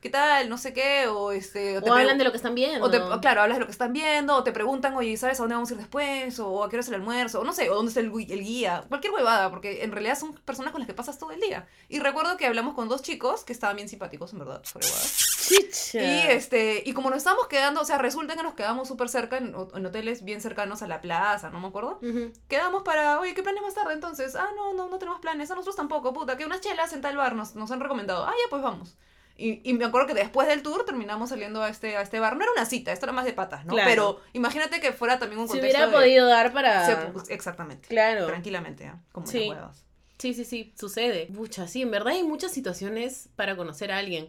¿qué tal? No sé qué, o este... o hablan de lo que están viendo. o te- o claro, hablas de lo que están viendo, o te preguntan, oye, ¿sabes a dónde vamos a ir después? O a qué hora es el almuerzo, o no sé, o dónde está el, gui- el guía, cualquier huevada, porque en realidad son personas con las que pasas todo el día. Y recuerdo que hablamos con dos chicos que estaban bien simpáticos, en verdad, fuera de huevada. Chicha. Y este, y como nos estábamos quedando, o sea, resulta que nos quedamos súper cerca en, en hoteles bien cercanos a la plaza, no me acuerdo. Ujú. Quedamos para, oye, ¿qué planes más tarde entonces? Ah, no, no, no tenemos planes, a nosotros tampoco, puta, que unas chelas en tal bar nos, nos han recomendado. Ah, ya, pues vamos. Y, y me acuerdo que después del tour terminamos saliendo a este, a este bar. No era una cita, esto era más de patas, ¿no? Claro. Pero imagínate que fuera también un Se contexto. hubiera de- podido dar para. se- pues, exactamente. Claro. Tranquilamente, ¿ah? como Sí. las huevas. Sí, sí, sí. Sucede. Muchas, sí. En verdad hay muchas situaciones para conocer a alguien.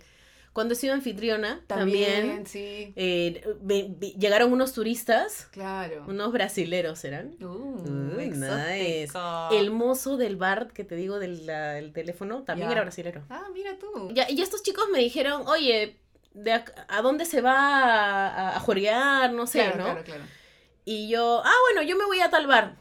Cuando he sido anfitriona, también. sí. eh, ve- vi- llegaron unos turistas, Claro. unos brasileros eran. Uh, nice. exótico. El mozo del bar que te digo del, la- del teléfono también Ya. era brasilero. Ah, mira tú. Ya, y estos chicos me dijeron, oye, de ac- ¿a dónde se va a, a- a juerguear? No sé, claro, ¿no? claro, claro. Y yo, ah, bueno, yo me voy a tal bar.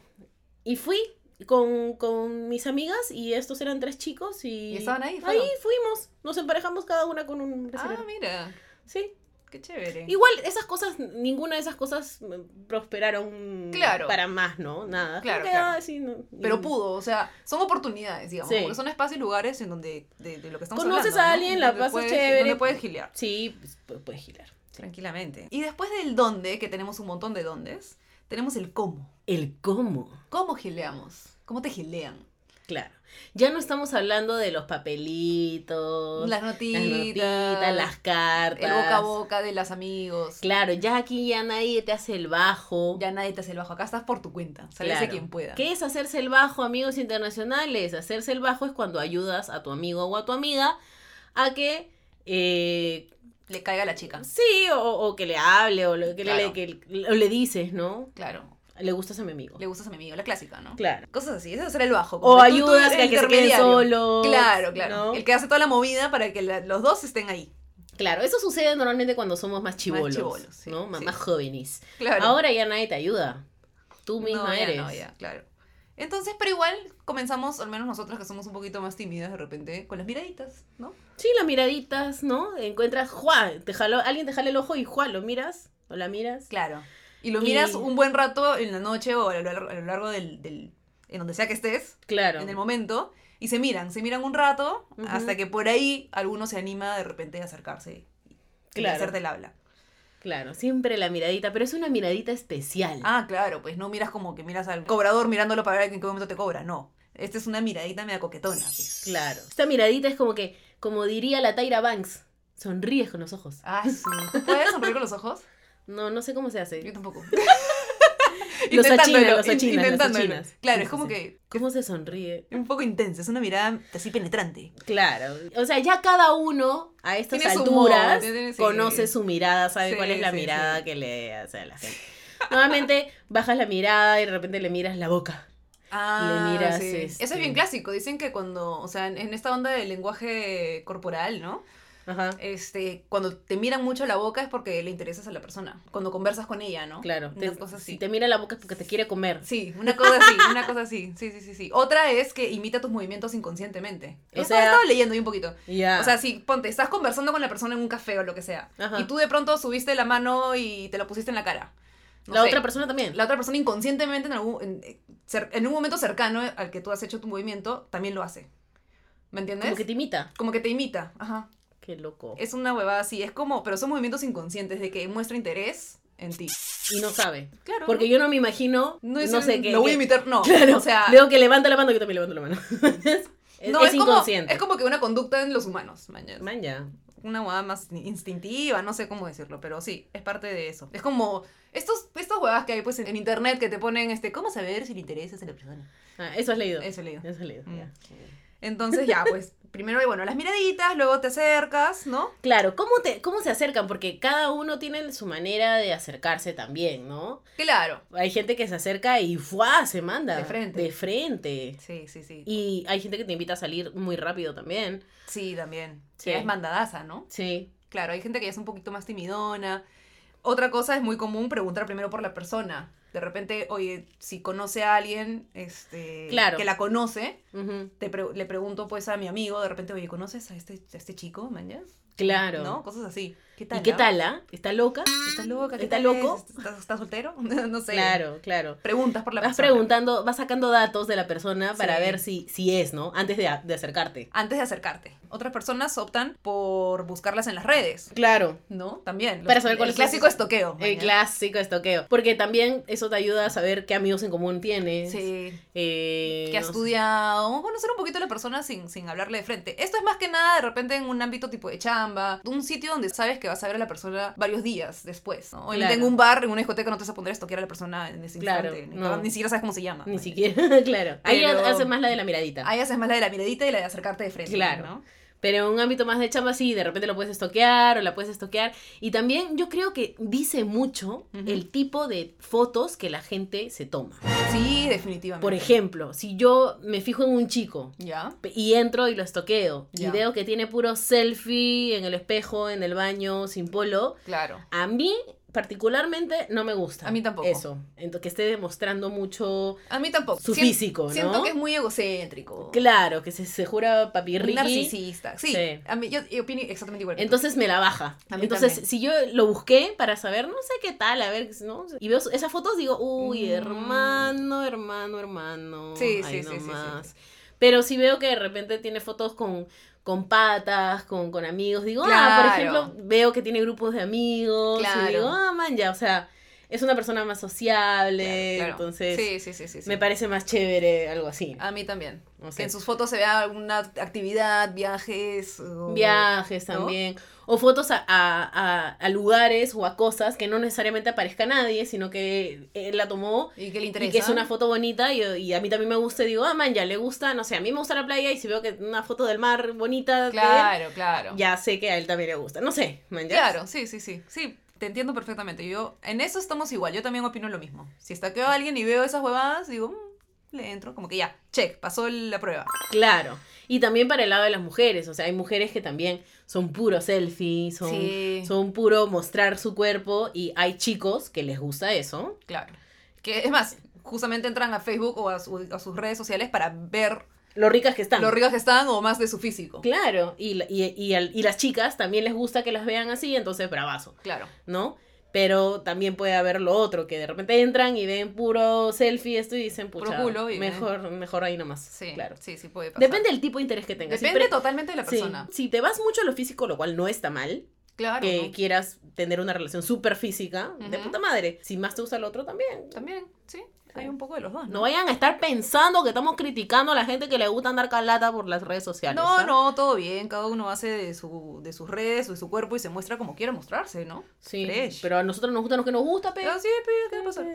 Y fui con, con mis amigas y estos eran tres chicos y... ¿Y estaban ahí? Ahí ¿Fueron? fuimos, nos emparejamos cada una con un Ah, brasilero. mira. sí. Qué chévere. Igual esas cosas, ninguna de esas cosas mm, prosperaron Claro. para más, ¿no? Nada. Claro, Como que, claro. ah, sí, no, Pero y- pudo, o sea, son oportunidades, digamos. Sí. Porque son espacios y lugares en donde, de, de lo que estamos Conoces hablando. a ¿no? alguien, la Donde pasas puedes- chévere. Donde puedes gilear. Sí, pues, pu- puedes girar. Tranquilamente. Y después del dónde, que tenemos un montón de dóndes, tenemos el cómo. El cómo. ¿Cómo gileamos? ¿Cómo te gilean? Claro. Ya no estamos hablando de los papelitos, Las las notitas, notitas, las cartas. el boca a boca de los amigos. Claro, ya aquí ya nadie te hace el bajo. Ya nadie te hace el bajo. Acá estás por tu cuenta. Sálvese Claro. quien pueda. ¿Qué es hacerse el bajo, amigos internacionales? Hacerse el bajo es cuando ayudas a tu amigo o a tu amiga a que eh, Le caiga a la chica. sí, o, o que le hable, o lo- que, le, Claro. que- o le dices, ¿no? Claro. Le gustas a mi amigo. Le gustas a mi amigo. La clásica, ¿no? Claro. Cosas así. Eso es hacer el bajo. como O que tú- tú ayudas eres a el que se queden intermediario. solos. Claro, claro. ¿no? El que hace toda la movida para que la- los dos estén ahí. Claro, eso sucede normalmente cuando somos más chivolos, chibolos, sí, ¿no? Más, sí. más jóvenes. Claro. Ahora ya nadie te ayuda. Tú misma no, ya, eres. no, ya, claro. Entonces, pero igual comenzamos, al menos nosotras que somos un poquito más tímidas de repente, con las miraditas, ¿no? Sí, las miraditas, ¿no? Encuentras, ¡juá! Te jaló, alguien te jala el ojo y ¡juá! ¿Lo miras? ¿O la miras? Claro. Y lo Y- miras un buen rato en la noche o a lo, lar- a lo largo del, del- en donde sea que estés, Claro. en el momento, y se miran, se miran un rato, Ujú. hasta que por ahí alguno se anima de repente a acercarse y Claro. hacerte el habla. Claro, siempre la miradita, pero es una miradita especial. Ah, claro, pues no miras como que miras al cobrador mirándolo para ver en qué momento te cobra, no. Esta es una miradita media coquetona. pues. Claro. Esta miradita es como que, como diría la Tyra Banks, sonríes con los ojos. Ah, sí. ¿Tú puedes sonreír con los ojos? No, no sé cómo se Yo hace. tampoco. Los Intentándolo, achinas, los in- achinas, los intentándolo. achinas. Claro, Sí, es sí, como sí. que ¿Cómo se sonríe? un poco intensa, es una mirada así penetrante. Claro. O sea, ya cada uno a estas Tiene su alturas modo, tiene- sí. conoce su mirada, sabe Sí, cuál es la sí, mirada sí. que le hace a la gente. Normalmente bajas la mirada y de repente le miras la boca. Ah, Le miras, sí. este- Eso es bien clásico. Dicen que cuando, o sea, en, en esta onda del lenguaje corporal, ¿no? Ajá. Este, cuando te miran mucho la boca es porque le interesas a la persona. Cuando conversas con ella, ¿no? Claro. Una Te- cosa así. Si te mira la boca es porque te quiere comer. Sí, una cosa así, una cosa así. Sí, sí, sí, sí. Otra es que imita tus movimientos inconscientemente. O Eso sea- estaba leyendo ahí un poquito. Ya. O sea, si ponte, estás conversando con la persona en un café o lo que sea. Ajá. Y tú de pronto subiste la mano y te la pusiste en la cara. No la sé, otra persona también. La otra persona inconscientemente en, algún, en, eh, cer- en un momento cercano al que tú has hecho tu movimiento, también lo hace. ¿Me entiendes? Como que te imita. te imita. Ajá. Qué loco. Es una huevada así. Es como, pero son movimientos inconscientes de que muestra interés en ti. Y no sabe. Claro. Porque yo no me imagino. No, no, es sé un, qué. Lo voy a qué- imitar, no. Claro. O sea, Luego que levanta la mano, yo también levanto la mano. es no, es como, inconsciente. es como que una conducta en los humanos, mañana. Man, ya. una huevada más instintiva, no sé cómo decirlo, pero sí, es parte de eso. Es como estos, estas huevadas que hay pues en, en internet que te ponen este, ¿cómo saber si le interesas a la persona? Ah, eso has leído. Eso le digo. Eso has leído. Mm. ya. Entonces ya, pues, primero, bueno, las miraditas, luego te acercas, ¿no? Claro, ¿cómo, te, ¿cómo se acercan? Porque cada uno tiene su manera de acercarse también, ¿no? Claro. Hay gente que se acerca y ¡fuá! se manda. De frente. De frente. Sí, sí, sí. Y hay gente que te invita a salir muy rápido también. Sí, también. Sí. Sí. Es mandadaza, ¿no? Sí. Claro, hay gente que ya es un poquito más timidona. Otra cosa es muy común preguntar primero por la persona. De repente, oye, si conoce a alguien este, Claro. que la conoce, Ujú. te pre- le pregunto pues a mi amigo, de repente, oye, ¿conoces a este, a este chico, mañas? Claro. ¿No? Cosas así. ¿Qué tal? ¿Y qué ah? tal, ah? ¿Está loca? ¿Estás loca? ¿Qué ¿Está tal loco? es? ¿Estás, estás soltero? no sé. Claro, claro. Preguntas por la Vas persona. preguntando, vas sacando datos de la persona para Sí. ver si, si es, ¿no? Antes de, a- de acercarte. Antes de acercarte. Otras personas optan por buscarlas en las redes, Claro. ¿no? También. Para saber cuál el es su- clásico estoqueo. El mañas. clásico estoqueo. Porque también eso te ayuda a saber qué amigos en común tienes. Sí. Eh, que ha no sé. estudiado, conocer un poquito a la persona sin, sin hablarle de frente. Esto es más que nada de repente en un ámbito tipo de chamba, un sitio donde sabes que vas a ver a la persona varios días después. ¿no? Obviamente Claro. en un bar, en una discoteca, no te vas a poner a estoquear a la persona en ese Claro, instante. Ni- no. Ni siquiera sabes cómo se llama. Ni siquiera, claro. Ah, Ahí Pero- hace más la de la miradita. Ahí haces más la de la miradita y la de acercarte de frente. Claro. ¿no? Pero en un ámbito más de chamba, sí, de repente lo puedes estoquear o la puedes estoquear. Y también yo creo que dice mucho Ujú. el tipo de fotos que la gente se toma. Sí, definitivamente. Por ejemplo, si yo me fijo en un chico Ya. y entro y lo estoqueo y Ya. veo que tiene puro selfie en el espejo, en el baño, sin polo, Claro. a mí particularmente no me gusta. A mí tampoco. Eso. Ento- que esté demostrando mucho. A mí tampoco. Su Sien- físico, ¿no? Siento que es muy egocéntrico. Claro, que se, se jura papi Ricky. Narcisista. Sí. Sí. A mí, yo, yo opino exactamente igual. que tú. Entonces me la baja. A mí Entonces, también. si yo lo busqué para saber, no sé qué tal, a ver, ¿no? Y veo esas fotos, digo, uy, Mm. hermano, hermano, hermano. Sí, ahí sí, sí, sí, sí, nomás". Pero si veo que de repente tiene fotos con, con patas, con, con amigos, digo, ah, por Claro. ejemplo, veo que tiene grupos de amigos. Y Claro. digo, ah, man, ya, o sea, es una persona más sociable, Claro, claro. entonces Sí, sí, sí, sí. sí. me parece más chévere, algo así. A mí también. No sé. Que en sus fotos se vea alguna actividad, viajes. o- Viajes ¿no? también. O fotos a, a- a- a lugares o a cosas que no necesariamente aparezca nadie, sino que él la tomó Y que le interesa. y que es una foto bonita y, y a mí también me gusta y digo, ah, man, ya le gusta, no sé, a mí me gusta la playa y si veo que una foto del mar bonita, de Claro, claro. él, ya sé que a él también le gusta. No sé, man, ya. Claro, sí, sí, sí. Sí, te entiendo perfectamente. Yo, en eso estamos igual. Yo también opino lo mismo. Si estaqueo a alguien y veo esas huevadas, digo, "Mm", le entro, como que ya, check, pasó la prueba. Claro. Y también para el lado de las mujeres, o sea, hay mujeres que también son puro selfie, son, Sí. son puro mostrar su cuerpo y hay chicos que les gusta eso. Claro. Que es más, justamente entran a Facebook o a, su- a sus redes sociales para ver Lo ricas que están. los ricos que están o más de su físico. Claro, y, la- y, y al- y las chicas también les gusta que las vean así, entonces bravazo, Claro. ¿no? Pero también puede haber lo otro, que de repente entran y ven puro selfie esto y dicen, Puro pucha, culo y- mejor, mejor ahí nomás. Sí, claro. sí, sí puede pasar. Depende del tipo de interés que tengas. Si Depende pre- totalmente de la sí, persona. si te vas mucho a lo físico, lo cual no está mal, Claro. que ¿no? quieras tener una relación súper física, de Ujú. puta madre. Si más te gusta lo otro, también. También, sí. Hay un poco de los dos, No ¿no? vayan a estar pensando que estamos criticando a la gente que le gusta andar calata por las redes sociales. No, ¿ah? no, todo bien. Cada uno hace de, su, de sus redes o de su cuerpo y se muestra como quiere mostrarse, ¿no? Sí, Fresh. pero a nosotros nos gusta lo que nos gusta, pero... Ah, sí, pe, ¿qué va a pasar?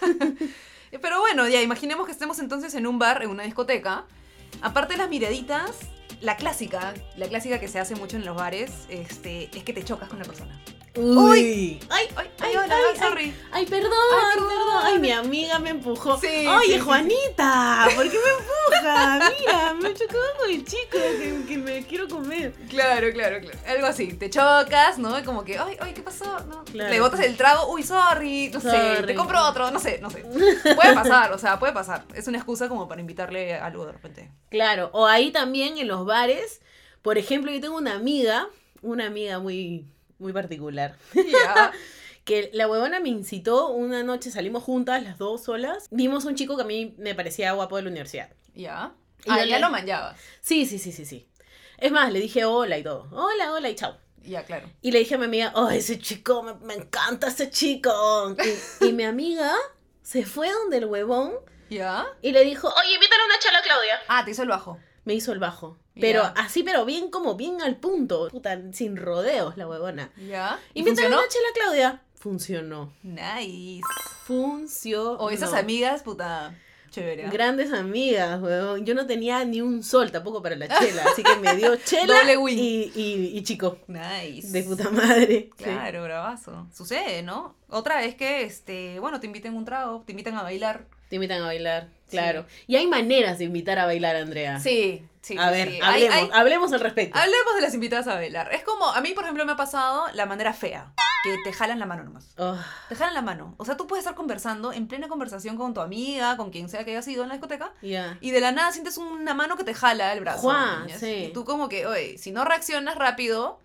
Pero bueno, ya imaginemos que estemos entonces en un bar, en una discoteca. Aparte de las miraditas, la clásica, la clásica que se hace mucho en los bares, este, es que te chocas con la persona. Uy. Ay, Ay, Ay, ay, hola, ay, sorry. ay, perdón, Ay, perdón. perdón. Ay, mi amiga me empujó. Sí, sí, Oye, sí, sí. Juanita, ¿por qué me empuja? Mira, me chocó con el chico que, que me quiero comer. Claro, claro, claro. Algo así, te chocas, ¿no? Como que, ay, ay, ¿qué pasó? No. Claro. Le botas el trago, uy, sorry, no sé, Sorry. te compro otro, no sé, no sé. Puede pasar, o sea, puede pasar. Es una excusa como para invitarle a algo de repente. Claro, o ahí también en los bares, por ejemplo, yo tengo una amiga, una amiga muy muy particular, Ya. que la huevona me incitó, una noche salimos juntas, las dos solas, vimos un chico que a mí me parecía guapo de la universidad. Ya. Y Ah, yo ya le- lo manllabas. Sí, sí, sí, sí, sí. Es más, le dije hola y todo. Hola, hola y chao. Ya, claro. Y le dije a mi amiga, oh, ese chico, me, me encanta ese chico. Y, y mi amiga se fue donde el huevón Ya. y le dijo, "Ay", Oye, invítale una chala, Claudia. Ah, te hizo el bajo. me hizo el bajo. Pero Ya. así, pero bien como, bien al punto. Puta, sin rodeos la huevona. Ya. Y, ¿Y, me funcionó? una chela Claudia. Funcionó. Nice. Funcionó. O Oh, esas amigas, puta, chévere. ¿ah? Grandes amigas, huevón. Yo no tenía ni un sol tampoco para la chela, así que me dio chela Doble win. y, y, y chico. Nice. De puta madre. Sí. Claro, bravazo. Sucede, ¿no? Otra vez que, este, bueno, te inviten un trago, te invitan a bailar. Te invitan a bailar, claro. Y hay maneras de invitar a bailar, Andrea. Sí, sí. A sí, ver, sí. Hay- hablemos, hay- hablemos al respecto. hablemos de las invitadas a bailar. Es como, a mí, por ejemplo, me ha pasado la manera fea, que te jalan la mano nomás. Oh, Te jalan la mano. O sea, tú puedes estar conversando en plena conversación con tu amiga, con quien sea que haya sido en la discoteca, ya. Y de la nada sientes una mano que te jala el brazo. Juá, mañas. sí. Y tú como que, oye, si no reaccionas rápido,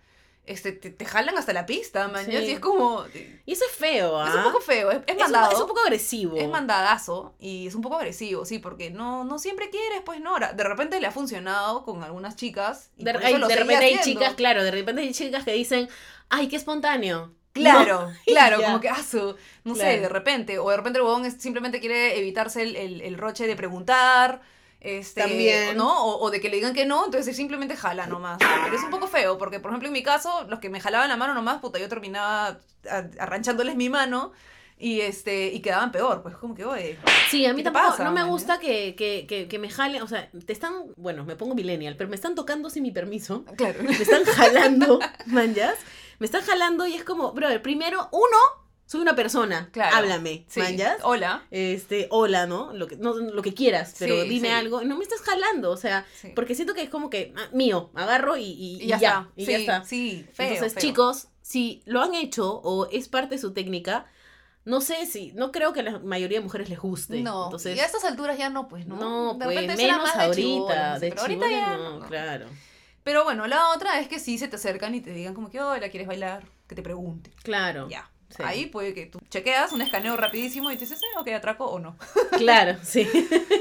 este, te, te jalan hasta la pista, mañas. Sí. Y es como... Es Y eso es feo, ¿ah? un poco feo, es, es Es un- mandado. es un poco agresivo. es mandadazo y es un poco agresivo, sí, porque no, no siempre quieres, pues no. Ahora, De repente le ha funcionado con algunas chicas. y de, por hay- eso lo de seguía repente hay haciendo. chicas, claro, de repente hay chicas que dicen, ay, qué espontáneo. Claro, claro, Ya. como que, ah, su, no sé, Claro. de repente, o de repente el huevón es- simplemente quiere evitarse el, el- el roche de preguntar, este, También. ¿no? O, o de que le digan que no, entonces él simplemente jala nomás. Pero es un poco feo, porque por ejemplo en mi caso, los que me jalaban la mano nomás, puta, yo terminaba a- arranchándoles mi mano y este, y quedaban peor, pues como que, oye, Sí, a mí ¿Qué te tampoco, pasa, no me maña? gusta que, que, que, que me jalen, o sea, te están, bueno, me pongo millennial, pero me están tocando sin mi permiso. claro. Me están jalando, manjas. Me están jalando y es como, brother, primero, uno, soy una persona. Claro. Háblame, Sí. manjas. Hola. este, hola, ¿no? Lo que, no, lo que quieras, pero Sí, dime sí. algo. No me estás jalando, o sea, Sí. porque siento que es como que, ah, mío, agarro y, y- Y ya, está. y sí, ya está. Sí, feo, Entonces, feo. chicos, si lo han hecho o es parte de su técnica, no sé si, no creo que a la mayoría de mujeres les guste. No, Entonces, y a estas alturas ya no, pues, ¿no? no, De pues, repente eso era menos más de ahorita. chibolas, De pero ahorita chibolas ya no, no. claro. Pero bueno, la otra es que sí se te acercan y te digan como que, hola, ¿quieres bailar? Que te pregunte. Claro. Ya. Sí. Ahí puede que tú chequeas un escaneo rapidísimo y te dices, eh, ok, atraco o no. Claro, sí.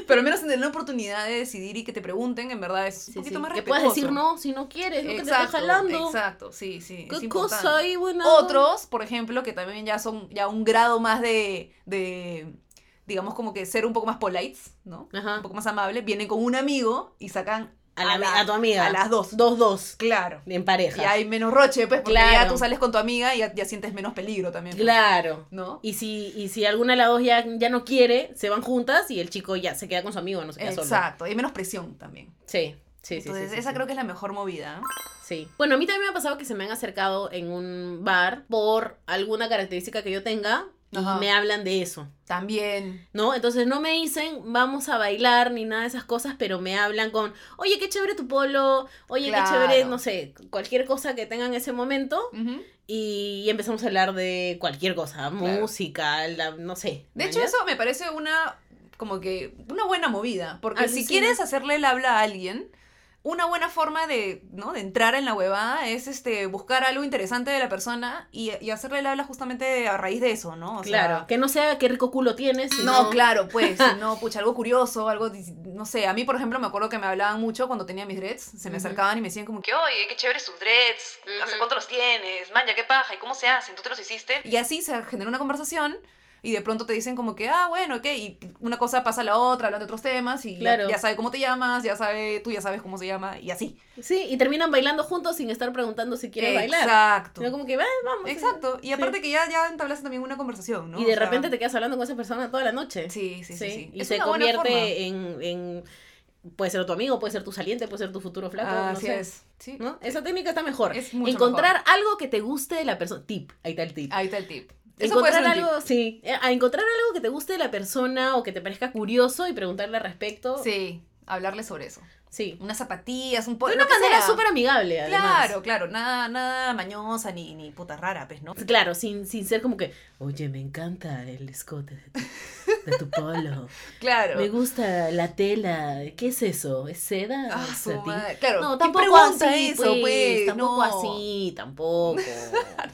Pero al menos tener la oportunidad de decidir y que te pregunten, en verdad, es Sí, un poquito sí. más que respetuoso. puedas decir no si no quieres, no que te estás jalando. Exacto, sí, sí. es ¿Qué importante. cosa hay, buena? Otros, por ejemplo, que también ya son ya un grado más de, de, digamos, como que ser un poco más polites, ¿no? Ajá. Un poco más amable, vienen con un amigo y sacan A, la- a la- a tu amiga. a las dos. Dos, dos. Claro. En Y pareja. hay menos roche, pues, porque ya Claro. tú sales con tu amiga y ya, ya sientes menos peligro también. pues, Claro. ¿No? Y si, y si alguna de las dos ya, ya no quiere, se van juntas y el chico ya se queda con su amigo, no se queda solo. Exacto. Hay menos presión también. Sí, sí, sí, sí. Entonces, sí, esa sí. creo que es la mejor movida. Sí. Bueno, a mí también me ha pasado que se me han acercado en un bar por alguna característica que yo tenga y Ajá. me hablan de eso. También. ¿No? Entonces no me dicen vamos a bailar ni nada de esas cosas, pero me hablan con, oye, qué chévere tu polo, oye, qué chévere, Claro. no sé, cualquier cosa que tenga en ese momento. Ujú. Y empezamos a hablar de cualquier cosa, música, la- no sé. De hecho, ¿ya? eso me parece una como que una buena movida, porque si Alucina. quieres hacerle el habla a alguien, una buena forma de, ¿no? de entrar en la huevada es este buscar algo interesante de la persona y, y hacerle el habla justamente a raíz de eso, ¿no? O sea, Claro, que no sea qué rico culo tienes. no, sino- claro, pues, si no, pucha, algo curioso, algo, dis- no sé, a mí, por ejemplo, me acuerdo que me hablaban mucho cuando tenía mis dreads, se me Ujú. acercaban y me decían como que, oye, qué chéveres tus dreads, ¿hace Ujú. cuánto los tienes? Maña, qué paja, ¿y cómo se hacen? ¿Tú te los hiciste? Y así se genera una conversación y de pronto te dicen como que, ah, bueno, ok, y una cosa pasa a la otra, hablan de otros temas y ya- Claro. ya, sabe cómo te llamas, ya sabe, tú ya sabes cómo se llama y así. Sí, y terminan bailando juntos sin estar preguntando si quieren bailar. Exacto. Sino como que, "Va, vamos. ¿eh?". Exacto. Y aparte que ya, ya entablaste también una conversación, ¿no? Y O de sea, repente te quedas hablando con esa persona toda la noche. Sí, sí, sí. sí. Y Es se una buena forma. convierte en, en- Puede ser tu amigo, puede ser tu saliente, puede ser tu futuro flaco. no Ah, Así sé, es. Sí. ¿no? Esa técnica está mejor. Es mucho encontrar algo que te guste de la persona. Tip, ahí está el tip. Ahí está el tip. Eso puede encontrar ser un tip. algo, sí, eh, a encontrar algo que te guste de la persona o que te parezca curioso y preguntarle al respecto. Sí. Sí, hablarle sobre eso. Unas zapatillas, un poco. De una manera súper amigable, además. Claro, claro. Nada, nada mañosa ni, ni puta rara, pues, ¿no? Claro, sin, sin ser como que, oye, me encanta el escote de tu, de tu polo. Claro. Me gusta la tela. ¿Qué es eso? ¿Es seda? Ah, ¿Es su satín?" madre. Claro. No, ¿quién tampoco pregunta así, eso, pues? Tampoco No. así, tampoco.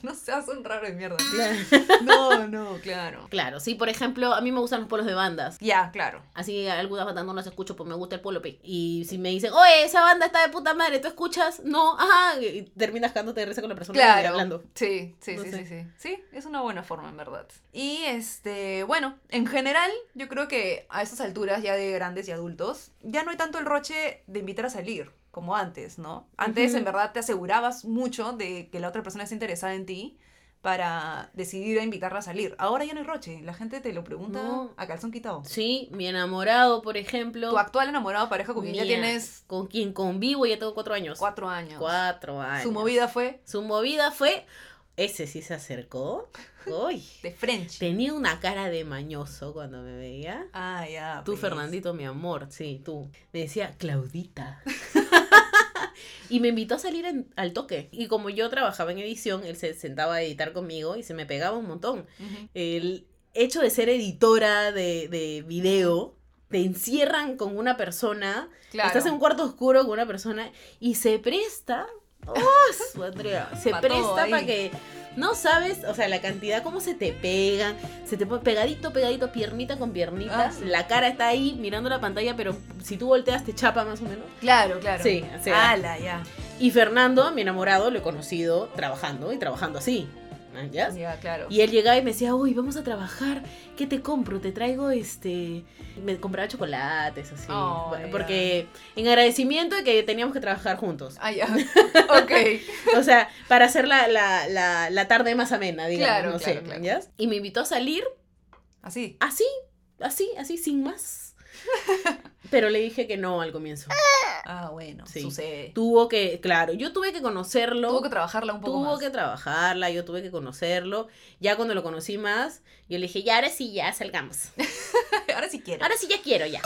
No seas un raro de mierda. Claro. No, no, claro. claro, sí, por ejemplo, a mí me gustan los polos de bandas. Ya, claro. Así algunas bandas no las escucho porque me gusta el polo. pe. Y si me dicen, oye, esa banda está de puta madre, ¿tú escuchas? No, ajá. Y terminas cagándote de risa con la persona y hablando. Sí, sí, No sí, sé. sí, sí. Sí, es una buena forma, en verdad. Y este, bueno, en general, yo creo que a estas alturas ya de grandes y adultos, ya no hay tanto el roche de invitar a salir como antes, ¿no? Antes, Ujú. en verdad, te asegurabas mucho de que la otra persona esté interesada en ti para decidir a invitarla a salir. Ahora ya no hay roche, la gente te lo pregunta No. a calzón quitado. Sí, mi enamorado, por ejemplo. Tu actual enamorado pareja con quien ya Mía, tienes Con quien convivo ya tengo cuatro años. cuatro años. Cuatro años. Su movida fue Su movida fue. Ese sí se acercó. Uy. de French. Tenía una cara de mañoso cuando me veía. Ah, ya. Tú, pues. Fernandito, mi amor, sí, tú. Me decía, Claudita. y me invitó a salir en- al toque. Y como yo trabajaba en edición, él se sentaba a editar conmigo y se me pegaba un montón. Ujú. El hecho de ser editora de, de video, te encierran con una persona Claro. Estás en un cuarto oscuro con una persona y se presta. ¡Oh, su Andrea! Se Pa' todo presta ahí. para que. No sabes, o sea, la cantidad, cómo se te pegan. Se te pone pegadito, pegadito, piernita con piernita. Ah, sí. La cara está ahí mirando la pantalla, pero si tú volteas te chapa más o menos. Claro, claro. Ah. Sí, o sea. Ala, ya. Y Fernando, mi enamorado, lo he conocido trabajando y trabajando así. ¿Ya? Ya, claro. Y él llegaba y me decía, uy, vamos a trabajar, ¿qué te compro? Te traigo este... Me compraba chocolates, así. Oh, por- ya. Porque en agradecimiento de que teníamos que trabajar juntos. Ah, ya. Ok. O sea, para hacer la, la, la, la tarde más amena, digamos. Claro, no claro, sé, claro. ¿ya? Y me invitó a salir Así. así, así, así, sin más. Pero le dije que no al comienzo. Ah, bueno. Sí. Sucede. Tuvo que, claro, yo tuve que conocerlo. Tuvo que trabajarla un poco tuvo más. que trabajarla, yo tuve que conocerlo. Ya cuando lo conocí más, yo le dije, ya ahora sí, ya salgamos. Ahora sí quiero. Ahora sí, ya quiero, ya.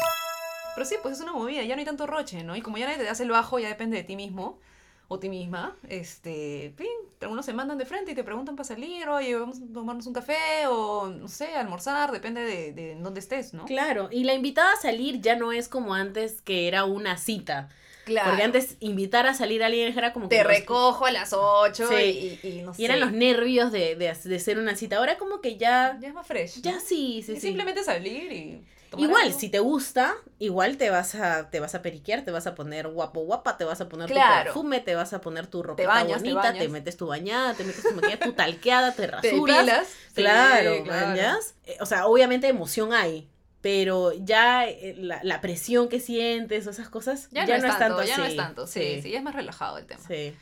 Pero sí, pues es una movida. Ya no hay tanto roche, ¿no? Y como ya nadie te hace el bajo, ya depende de ti mismo o ti misma. Este, fin, algunos se mandan de frente y te preguntan para salir, oye, vamos a tomarnos un café o, no sé, almorzar, depende de, de dónde estés, ¿no? Claro, y la invitada a salir ya no es como antes que era una cita. Claro. Porque antes invitar a salir a alguien era como que te no- recojo a las 8 Sí. y, y- y no sé. Y eran los nervios de, de, de ser una cita. Ahora como que ya... Ya es más fresh. Ya ¿no? sí, sí, Y sí. Simplemente salir y. tomar Igual, algo. si te gusta, igual te vas a te vas a periquear, te vas a poner guapo guapa, te vas a poner tu Claro. perfume, te vas a poner tu ropa bañas, te bonita, te, bañas. metes tu bañada, te metes tu maquillaje, tu talqueada, te Te rasuras. depilas. Claro, Sí, claro. mañas. Eh, O sea, obviamente emoción hay, pero ya eh, la, la presión que sientes o esas cosas Ya, no, es tanto, ya no es tanto. Sí, sí, ya es más relajado el tema. Sí,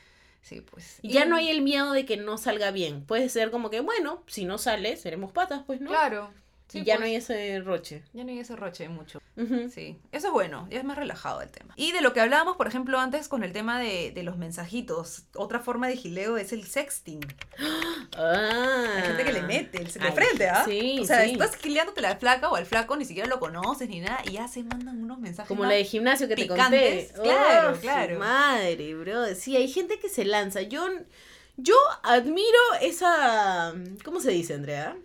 sí. pues. Y ya no hay el miedo de que no salga bien. Puede ser como que, bueno, si no sale, seremos patas, pues, ¿no? Claro. y Sí, ya pues, no hay ese roche. ya no hay ese roche mucho. Ujú. Sí, eso es bueno, ya es más relajado el tema. Y de lo que hablábamos, por ejemplo, antes con el tema de, de los mensajitos, otra forma de gileo es el sexting. Ah. Hay gente que le mete el, de Ay, frente, ¿ah? sí, o sea, sí. estás gileándote a la flaca o al flaco, ni siquiera lo conoces ni nada, y ya se mandan unos mensajes. Como más- la de gimnasio que te picantes, conté. Oh, claro, su claro. Madre, bro. Sí, hay gente que se lanza. Yo, yo admiro esa. ¿Cómo se dice, Andrea?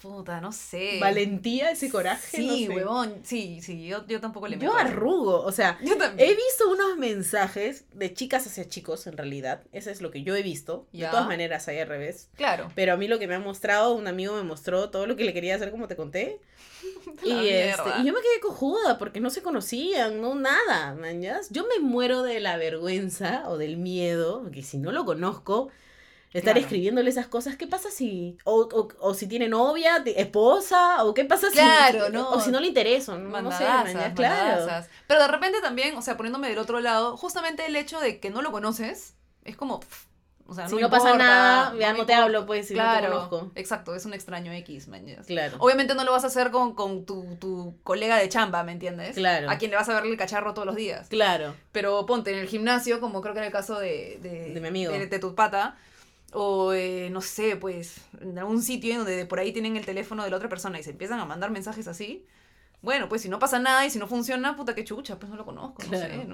Puta, no sé. Valentía, ese coraje. no Eh, Sí, sé. huevón. Sí, sí, yo, yo tampoco le meto. Yo arrugo. O sea, Yo he también. visto unos mensajes de chicas hacia chicos, en realidad. Eso es lo que yo he visto. De Ya. todas maneras, hay al revés. Claro. Pero a mí lo que me ha mostrado, un amigo me mostró todo lo que le quería hacer, como te conté. Y, La este, mierda. y yo me quedé cojuda porque no se conocían, no nada, mañas. Yo me muero de la vergüenza o del miedo, porque si no lo conozco, estar Claro. escribiéndole esas cosas, ¿qué pasa si? O, o- o si tiene novia, te- esposa, o qué pasa si. Claro, no. O si no le interesa, no, no sé, Mandadazas, mañas, claro. mandadazas. Pero de repente también, o sea, poniéndome del otro lado, justamente el hecho de que no lo conoces es como. pff, O sea, Si me no pasa importa, nada, ya me no te importa. hablo, pues, si no te claro, conozco. Exacto, es un extraño X, man. yes. Claro. Obviamente no lo vas a hacer con, con tu, tu colega de chamba, ¿me entiendes? Claro. A quien le vas a verle el cacharro todos los días. Claro. Pero ponte en el gimnasio, como creo que era el caso de, de, De mi amigo. De, de tu pata. O eh, no sé, pues en algún sitio en donde por ahí tienen el teléfono de la otra persona y se empiezan a mandar mensajes así. Bueno, pues si no pasa nada y si no funciona, puta que chucha, pues no lo conozco, Claro. no sé,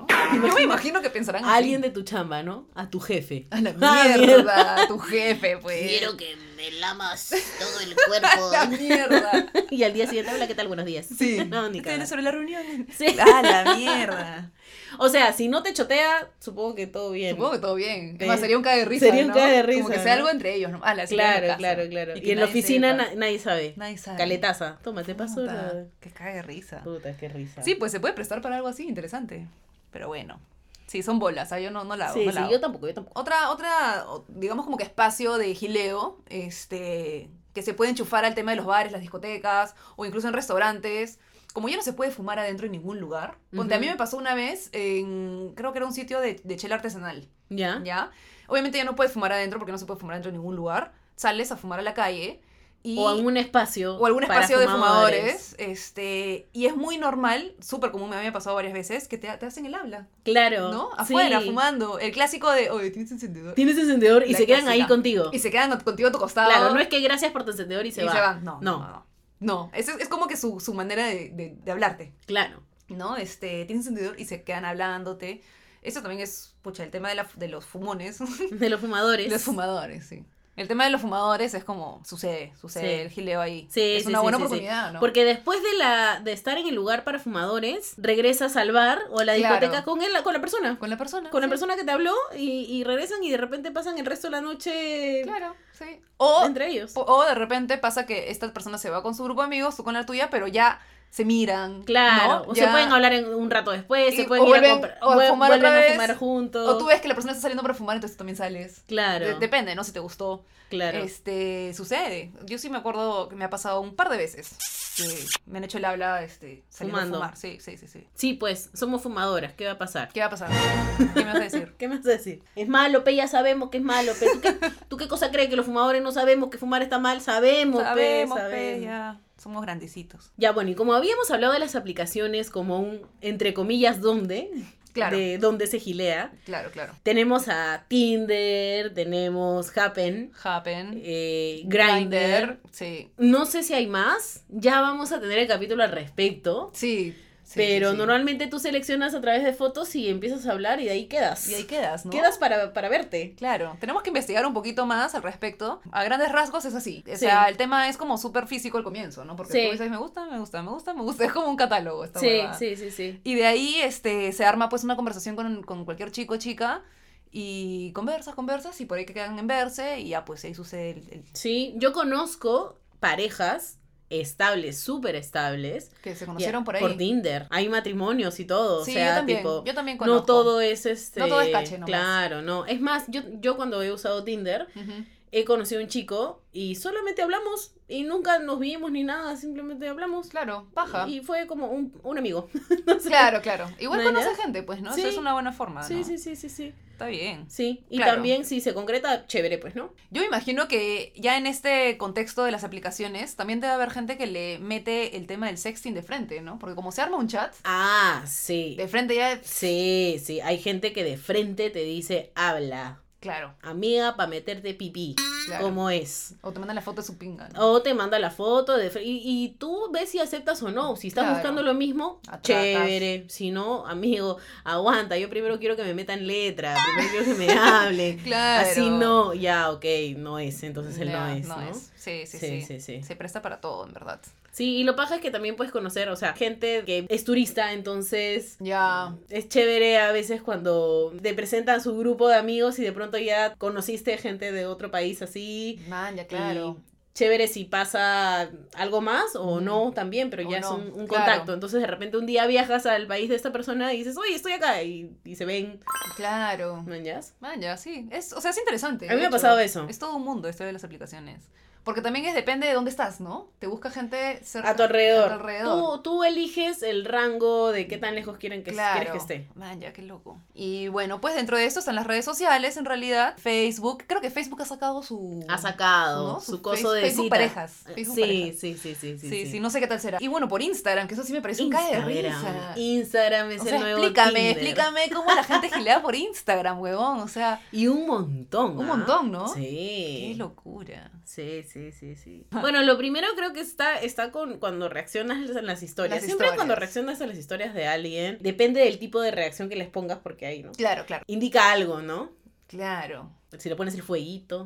¿no? Yo me imagino que pensarán A alguien así. de tu chamba, ¿no? A tu jefe. A la Ah, mierda, a tu jefe, pues. Quiero que me lamas todo el cuerpo. La mierda. y al día siguiente, hola, ¿qué tal? Buenos días. Sí. No, ni Ustedes cagar. sobre la reunión. Sí. A la mierda. O sea, si no te chotea, supongo que todo bien. Supongo que todo bien. Sí. Es más, sería un cae de risa. Em. Eh, Sería un ¿no? cae de risa, Como que sea ¿no? algo entre ellos, ¿no? Ah, la señora en la Claro, claro, casa. claro. Y, que en la nadie oficina sepa. na- nadie sabe. Nadie sabe. Caletaza. Toma, te Puta, paso. la- Que cae de risa. Puta, qué risa. Sí, pues se puede prestar para algo así, interesante. Pero bueno. Sí, son bolas, ¿ah? yo no, no la hago. sí, no sí, la hago. yo tampoco, yo tampoco. Otra, otra, o- digamos como que espacio de gileo, este, que se puede enchufar al tema de los bares, las discotecas, o incluso en restaurantes. Como ya no se puede fumar adentro en ningún lugar. Ponte, a mí Ujú. me pasó una vez en, creo que era un sitio de, de chela artesanal. ¿Ya? ¿ya? Obviamente ya no puedes fumar adentro porque no se puede fumar adentro en ningún lugar. Sales a fumar a la calle y, O algún espacio. o algún para espacio de fumadores. Este, y es muy normal, súper común, a mí me ha pasado varias veces, que te, te hacen el habla, Claro. ¿no? sí. Afuera, fumando. El clásico de, oye, ¿tienes encendedor? Tienes encendedor y La se quedan clásica. ahí contigo. Y se quedan contigo a tu costado. Claro, no es que gracias por tu encendedor y se y va. se van. No, No. no, no. no. No, es, es como que su, su manera de, de- de hablarte, Claro. ¿no? Este, tienes encendedor y se quedan hablándote. Eso también es, pucha, el tema de, la- de los fumones. De los fumadores. Los fumadores, sí. El tema de los fumadores es como sucede, sucede Sí. el gileo ahí. Sí, es sí, una sí, buena sí, sí. oportunidad, ¿no? Porque después de la de estar en el lugar para fumadores, regresas al bar o a la Claro. discoteca con él, con la persona. con la persona. Con la sí. persona que te habló y, y regresan y de repente pasan el resto de la noche Claro, sí. O, entre ellos. o de repente pasa que esta persona se va con su grupo de amigos, tú con la tuya, pero ya se miran. Claro, ¿no? o Ya- se pueden hablar en un rato después, Y- se pueden o ir vuelven- a comprar, o a vuel- fumar vuelven otra a vez, fumar juntos. O tú ves que la persona está saliendo para fumar, entonces tú también sales. Claro, De- depende, ¿no? Si te gustó. claro. Este, sucede. Yo sí me acuerdo que me ha pasado un par de veces que me han hecho el habla, este, saliendo Fumando. a fumar. Sí, sí, sí, sí. Sí, pues, somos fumadoras, ¿qué va a pasar? ¿Qué va a pasar? ¿Qué me vas a decir? ¿Qué me vas a decir? Es malo, pe, ya sabemos que es malo, pe. ¿Tú qué, tú qué cosa crees que los fumadores no sabemos que fumar está mal? Sabemos, Sabemos, pe, pe, sabemos. ya. ya. Somos grandecitos. bueno, y como habíamos hablado de las aplicaciones como un, entre comillas, ¿dónde? Claro. De dónde se gilea. Claro, claro. Tenemos a Tinder, tenemos Happen, Happen. eh, Grindr, Sí. No sé si hay más. Ya vamos a tener el capítulo al respecto. Sí. Sí, Pero sí, sí. normalmente tú seleccionas a través de fotos y empiezas a hablar y de ahí quedas. Y ahí quedas, ¿no? Quedas para, para verte. Claro, tenemos que investigar un poquito más al respecto. A grandes rasgos es así. O sea, Sí. el tema es como súper físico al comienzo, ¿no? Porque Sí. tú dices, me gusta, me gusta, me gusta, me gusta. Es como un catálogo esta Sí, huevada. sí, sí, sí. Y de ahí este, se arma pues una conversación con, con cualquier chico o chica y conversas, conversas y por ahí que quedan en verse y ya pues ahí sucede el... el- Sí, yo conozco parejas estables, súper estables. que se y- conocieron por ahí. Tinder. Hay matrimonios y todo. sí, o sea, yo también, tipo, yo también conozco. no todo es este. No todo es caché nomás. Claro, no. Es más, yo, yo cuando he usado Tinder, Ujú. he conocido a un chico y solamente hablamos y nunca nos vimos ni nada, simplemente hablamos. Claro, paja. Y fue como un, un amigo. Claro, claro. Igual ¿No hay conoces gente, pues, ¿no? Eso Sí. es una buena forma, sí, ¿no? sí, sí, sí, sí. Está bien. Sí. Y Claro. también si se concreta, chévere, pues, ¿no? Yo me imagino que ya en este contexto de las aplicaciones, también debe haber gente que le mete el tema del sexting de frente, ¿no? Porque como se arma un chat, Ah, sí. de frente ya... Sí, sí. Hay gente que de frente te dice, habla, Claro, amiga, para meterte pipí. claro. ¿Cómo es? O te mandan la foto de su pinga. ¿no? O te manda la foto de fr- y, y tú ves si aceptas o no. Si estás Claro. buscando lo mismo, Atratas. chévere. Si no, amigo, aguanta. Yo primero quiero que me metan letra, primero quiero que me hablen. Claro. Oh, Así no, ya, ok, no es. Entonces el no Ya, es, ¿no? Sí, sí, sí, Sí, sí, sí. Se presta para todo, en verdad. Sí, y lo paja es que también puedes conocer, o sea, gente que es turista, entonces Ya. es chévere a veces cuando te presentan su grupo de amigos y de pronto ya conociste gente de otro país así. Man, ya claro. Y chévere si pasa algo más o no también, pero O ya es no, un, un claro. contacto. Entonces de repente un día viajas al país de esta persona y dices, oye, estoy acá. Y, y se ven, Claro. ¿mañas? Man, ya, sí. Es, o sea, es interesante. A mí de me ha hecho. pasado eso. Es todo un mundo esto de las aplicaciones. Porque también es depende de dónde estás, ¿no? Te busca gente cerca. A tu alrededor. a tu alrededor. Tú, tú eliges el rango de qué tan lejos quieren que, quieres que esté. Man, ya, qué loco. Y bueno, pues dentro de esto están las redes sociales, en realidad. Facebook. Creo que Facebook ha sacado su. Ha sacado ¿no? su, Su coso Face- de Facebook cita. Eh, parejas, Facebook sí, parejas. sí, sí, sí, Sí, sí. sí, no sé qué tal será. Y bueno, por Instagram, que eso sí me parece un cae de risa. Instagram. Instagram es O sea, el nuevo explícame, Tinder. explícame cómo la gente gilea por Instagram, huevón. O sea, Y un montón. un ¿ah? montón, ¿no? Sí. Qué locura. Sí, sí, sí, sí. Bueno, lo primero creo que está, está con cuando reaccionas en las historias. Las Siempre historias. cuando reaccionas a las historias de alguien, depende del tipo de reacción que les pongas, porque ahí, ¿no? Claro, claro. Indica algo, ¿no? Claro. Si le pones el fueguito,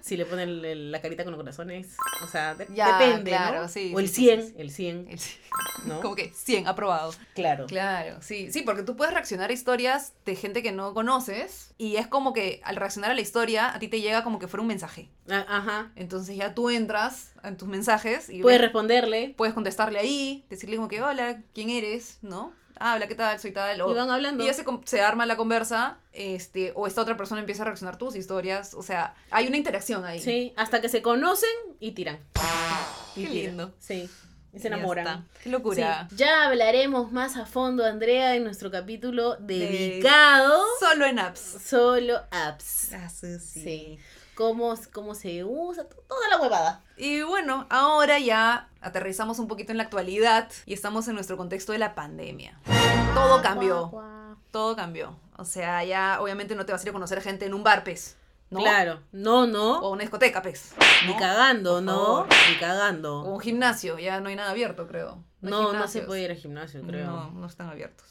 si le pones el- el- la carita con los corazones, o sea, de- Ya, depende, claro, ¿no? sí, o el sí, sí, 100, sí, sí. el 100, El- ¿no? Como que 100, aprobado. Claro. Claro, sí, sí, porque tú puedes reaccionar a historias de gente que no conoces y es como que al reaccionar a la historia a ti te llega como que fuera un mensaje. A- Ah, Ajá. Entonces ya tú entras en tus mensajes y Puedes ves- responderle puedes contestarle ahí, decirle como que hola, ¿quién eres? ¿No? Ah, hola, ¿qué tal? Soy tal. o- y van hablando. Y ya se, com- se arma la conversa, este, o esta otra persona empieza a reaccionar tus historias, o sea, hay una interacción ahí. Sí, hasta que se conocen y tiran. Y Qué tiran. lindo. Sí, y se Ya enamoran. está. Qué locura. Sí, ya hablaremos más a fondo, Andrea, en nuestro capítulo dedicado dedicado Solo en apps. solo apps. Sí. Cómo, cómo se usa, to- toda la huevada. Y bueno, ahora ya aterrizamos un poquito en la actualidad y estamos en nuestro contexto de la pandemia. Todo cambió, Guau, guau. todo cambió. O sea, ya obviamente no te vas a ir a conocer gente en un bar, pez, ¿no? Claro, no, no, O una discoteca, pez. ni ¿no? cagando, no, favor. ni O cagando. un gimnasio, ya no hay nada abierto, creo. hay No, no se gimnasios. puede ir al gimnasio, creo. No, no están abiertos.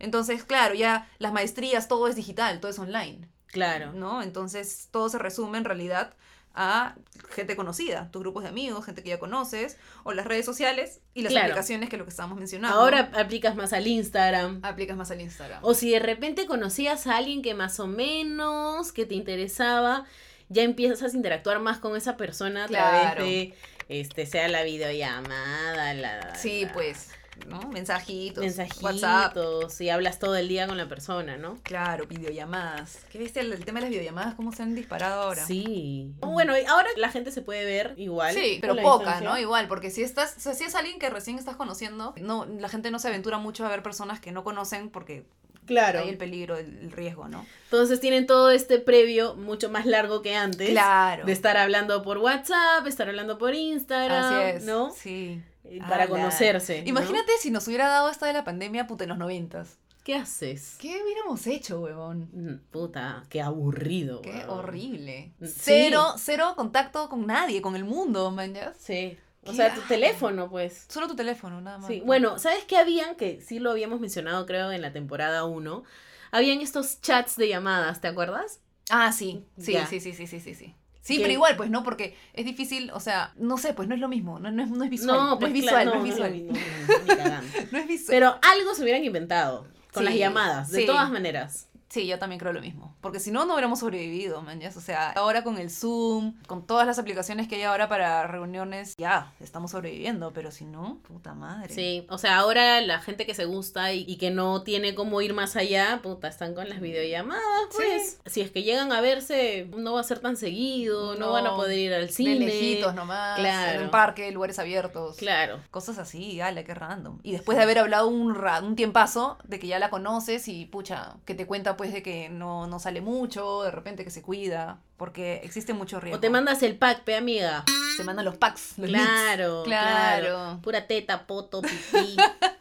Entonces, claro, ya las maestrías, todo es digital, todo es online, Claro. ¿no? Entonces, todo se resume en realidad a gente conocida, tus grupos de amigos, gente que ya conoces, o las redes sociales y las Claro. aplicaciones que es lo que estábamos mencionando. Ahora aplicas más al Instagram. aplicas más al Instagram. O si de repente conocías a alguien que más o menos, que te interesaba, ya empiezas a interactuar más con esa persona a Claro. través de, este, sea la videollamada, la... sí, la- pues, ¿no? Mensajitos, Mensajitos WhatsApp. y hablas todo el día con la persona, ¿no? Claro, videollamadas. ¿Qué viste el, el tema de las videollamadas? ¿Cómo se han disparado ahora? Sí. Bueno, y ahora la gente se puede ver igual. Sí, por pero la poca, distancia. ¿no? Igual, porque si estás, o sea, si es alguien que recién estás conociendo, no, la gente no se aventura mucho a ver personas que no conocen porque Claro. hay el peligro, el, el riesgo, ¿no? Entonces tienen todo este previo mucho más largo que antes. Claro. De estar hablando por WhatsApp, estar hablando por Instagram, Así es. ¿no? Sí. Eh, Para Ala. conocerse. ¿no? Imagínate si nos hubiera dado esto de la pandemia, puta, en los noventas. ¿Qué haces? ¿Qué hubiéramos hecho, huevón? Mm, Puta, qué aburrido. Qué weón. horrible. Sí. Cero, cero contacto con nadie, con el mundo, manjas. Sí. O Qué sea, tu asco. teléfono, pues. Solo tu teléfono, nada más. Sí, bueno, ¿sabes qué habían? Que sí lo habíamos mencionado, creo, en la temporada 1. Habían estos chats de llamadas, ¿te acuerdas? Ah, sí. Sí, Ya. sí, sí, sí, sí, sí, sí. Sí, Que- pero igual, pues, ¿no? Porque es difícil, o sea, no sé, pues no es lo mismo, no, no es, no es visual, no, pues, es visual, claro, no, es visual, no, no, no, ni cagando. no es visual. Pero algo se hubieran inventado con Sí, las llamadas, de sí. todas maneras. Sí, yo también creo lo mismo. Porque si no, no hubiéramos sobrevivido, man. ya. O sea, ahora con el Zoom, con todas las aplicaciones que hay ahora para reuniones, ya, estamos sobreviviendo. Pero si no, puta madre. Sí, o sea, ahora la gente que se gusta y, y que no tiene cómo ir más allá, puta, están con las videollamadas, pues. Si es que llegan a verse, no va a ser tan seguido, no, No, van a poder ir al De cine. lejitos nomás, claro. en un parque, lugares abiertos. Claro. Cosas así, ala, qué random. Y después de haber hablado un, ra- un tiempazo de que ya la conoces y pucha, que te cuenta pues de que no, no sale mucho, de repente que se cuida, porque existe mucho riesgo. O te mandas el pack, pe amiga. Se mandan los packs, los nudes. Claro, claro, Claro. Pura teta, poto, pipí,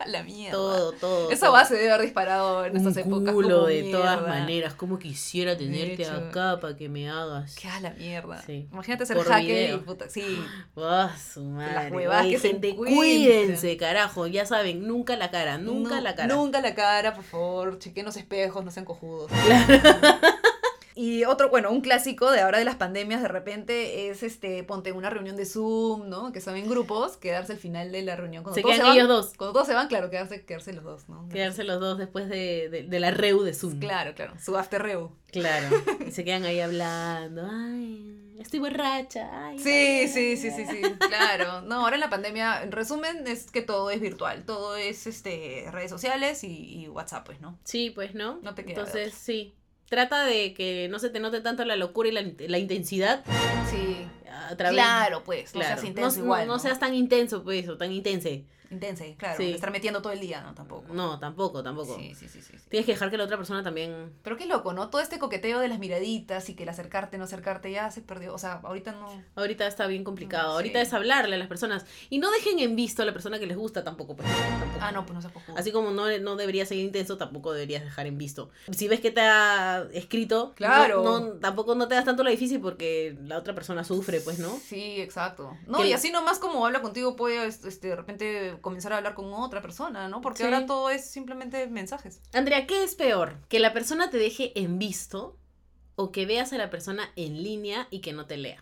La mierda. todo, todo. Esa todo. base debe haber disparado en un esas épocas. culo como de todas mierda. maneras. Como quisiera tenerte hecho. acá para que me hagas. Qué a la mierda. Sí. Imagínate ser Por hacker y video. puta. Sí. Ah, su madre. huevadas Oye, que se gente, encuentran. cuídense, carajo. Ya saben, nunca la cara, nunca Nu- la cara. Nunca la cara, por favor. Chequen los espejos, no sean cojudos. Y otro, bueno, un clásico de ahora de las pandemias de repente es este, ponte en una reunión de Zoom, ¿no? Que son en grupos, quedarse al final de la reunión. Cuando Se todos quedan van, ellos dos. Cuando todos se van, claro, quedarse, quedarse los dos, ¿no? Quedarse los dos después de, de- de la reu de Zoom. Claro, claro. Su after reu. Claro. Y se quedan ahí hablando. Ay, estoy borracha. Ay, Sí, sí, sí, sí, sí, claro. No, ahora en la pandemia, en resumen, es que todo es virtual, todo es este redes sociales y, y WhatsApp, pues, ¿no? Sí, pues no. No te queda de Entonces, sí. Trata de que no se te note tanto la locura y la, la intensidad Sí. a través Claro, pues, no Claro. seas intenso no, igual, no seas tan intenso, pues, o tan intense. intense, claro, Sí. estar metiendo todo el día, no tampoco. No, tampoco, tampoco. Sí, sí, sí, sí, sí. Tienes que dejar que la otra persona también Pero qué loco, ¿no? Todo este coqueteo de las miraditas y que el acercarte, no acercarte, ya se perdió. O sea, ahorita no. Ahorita está bien complicado. Mm, Ahorita sí. es hablarle a las personas. Y no dejen en visto a la persona que les gusta tampoco. porque tampoco. Ah, no, pues no se cojudo. Así como no, no deberías seguir intenso, tampoco deberías dejar en visto. Si ves que te ha escrito, Claro. no, no- tampoco no te das tanto lo difícil porque la otra persona sufre, pues, ¿no? Sí, exacto. No, Que- y así nomás como habla contigo puede es- este, de repente comenzar a hablar con otra persona, ¿no? Porque Sí. ahora todo es simplemente mensajes. Andrea, ¿qué es peor? ¿Que la persona te deje en visto o que veas a la persona en línea y que no te lea?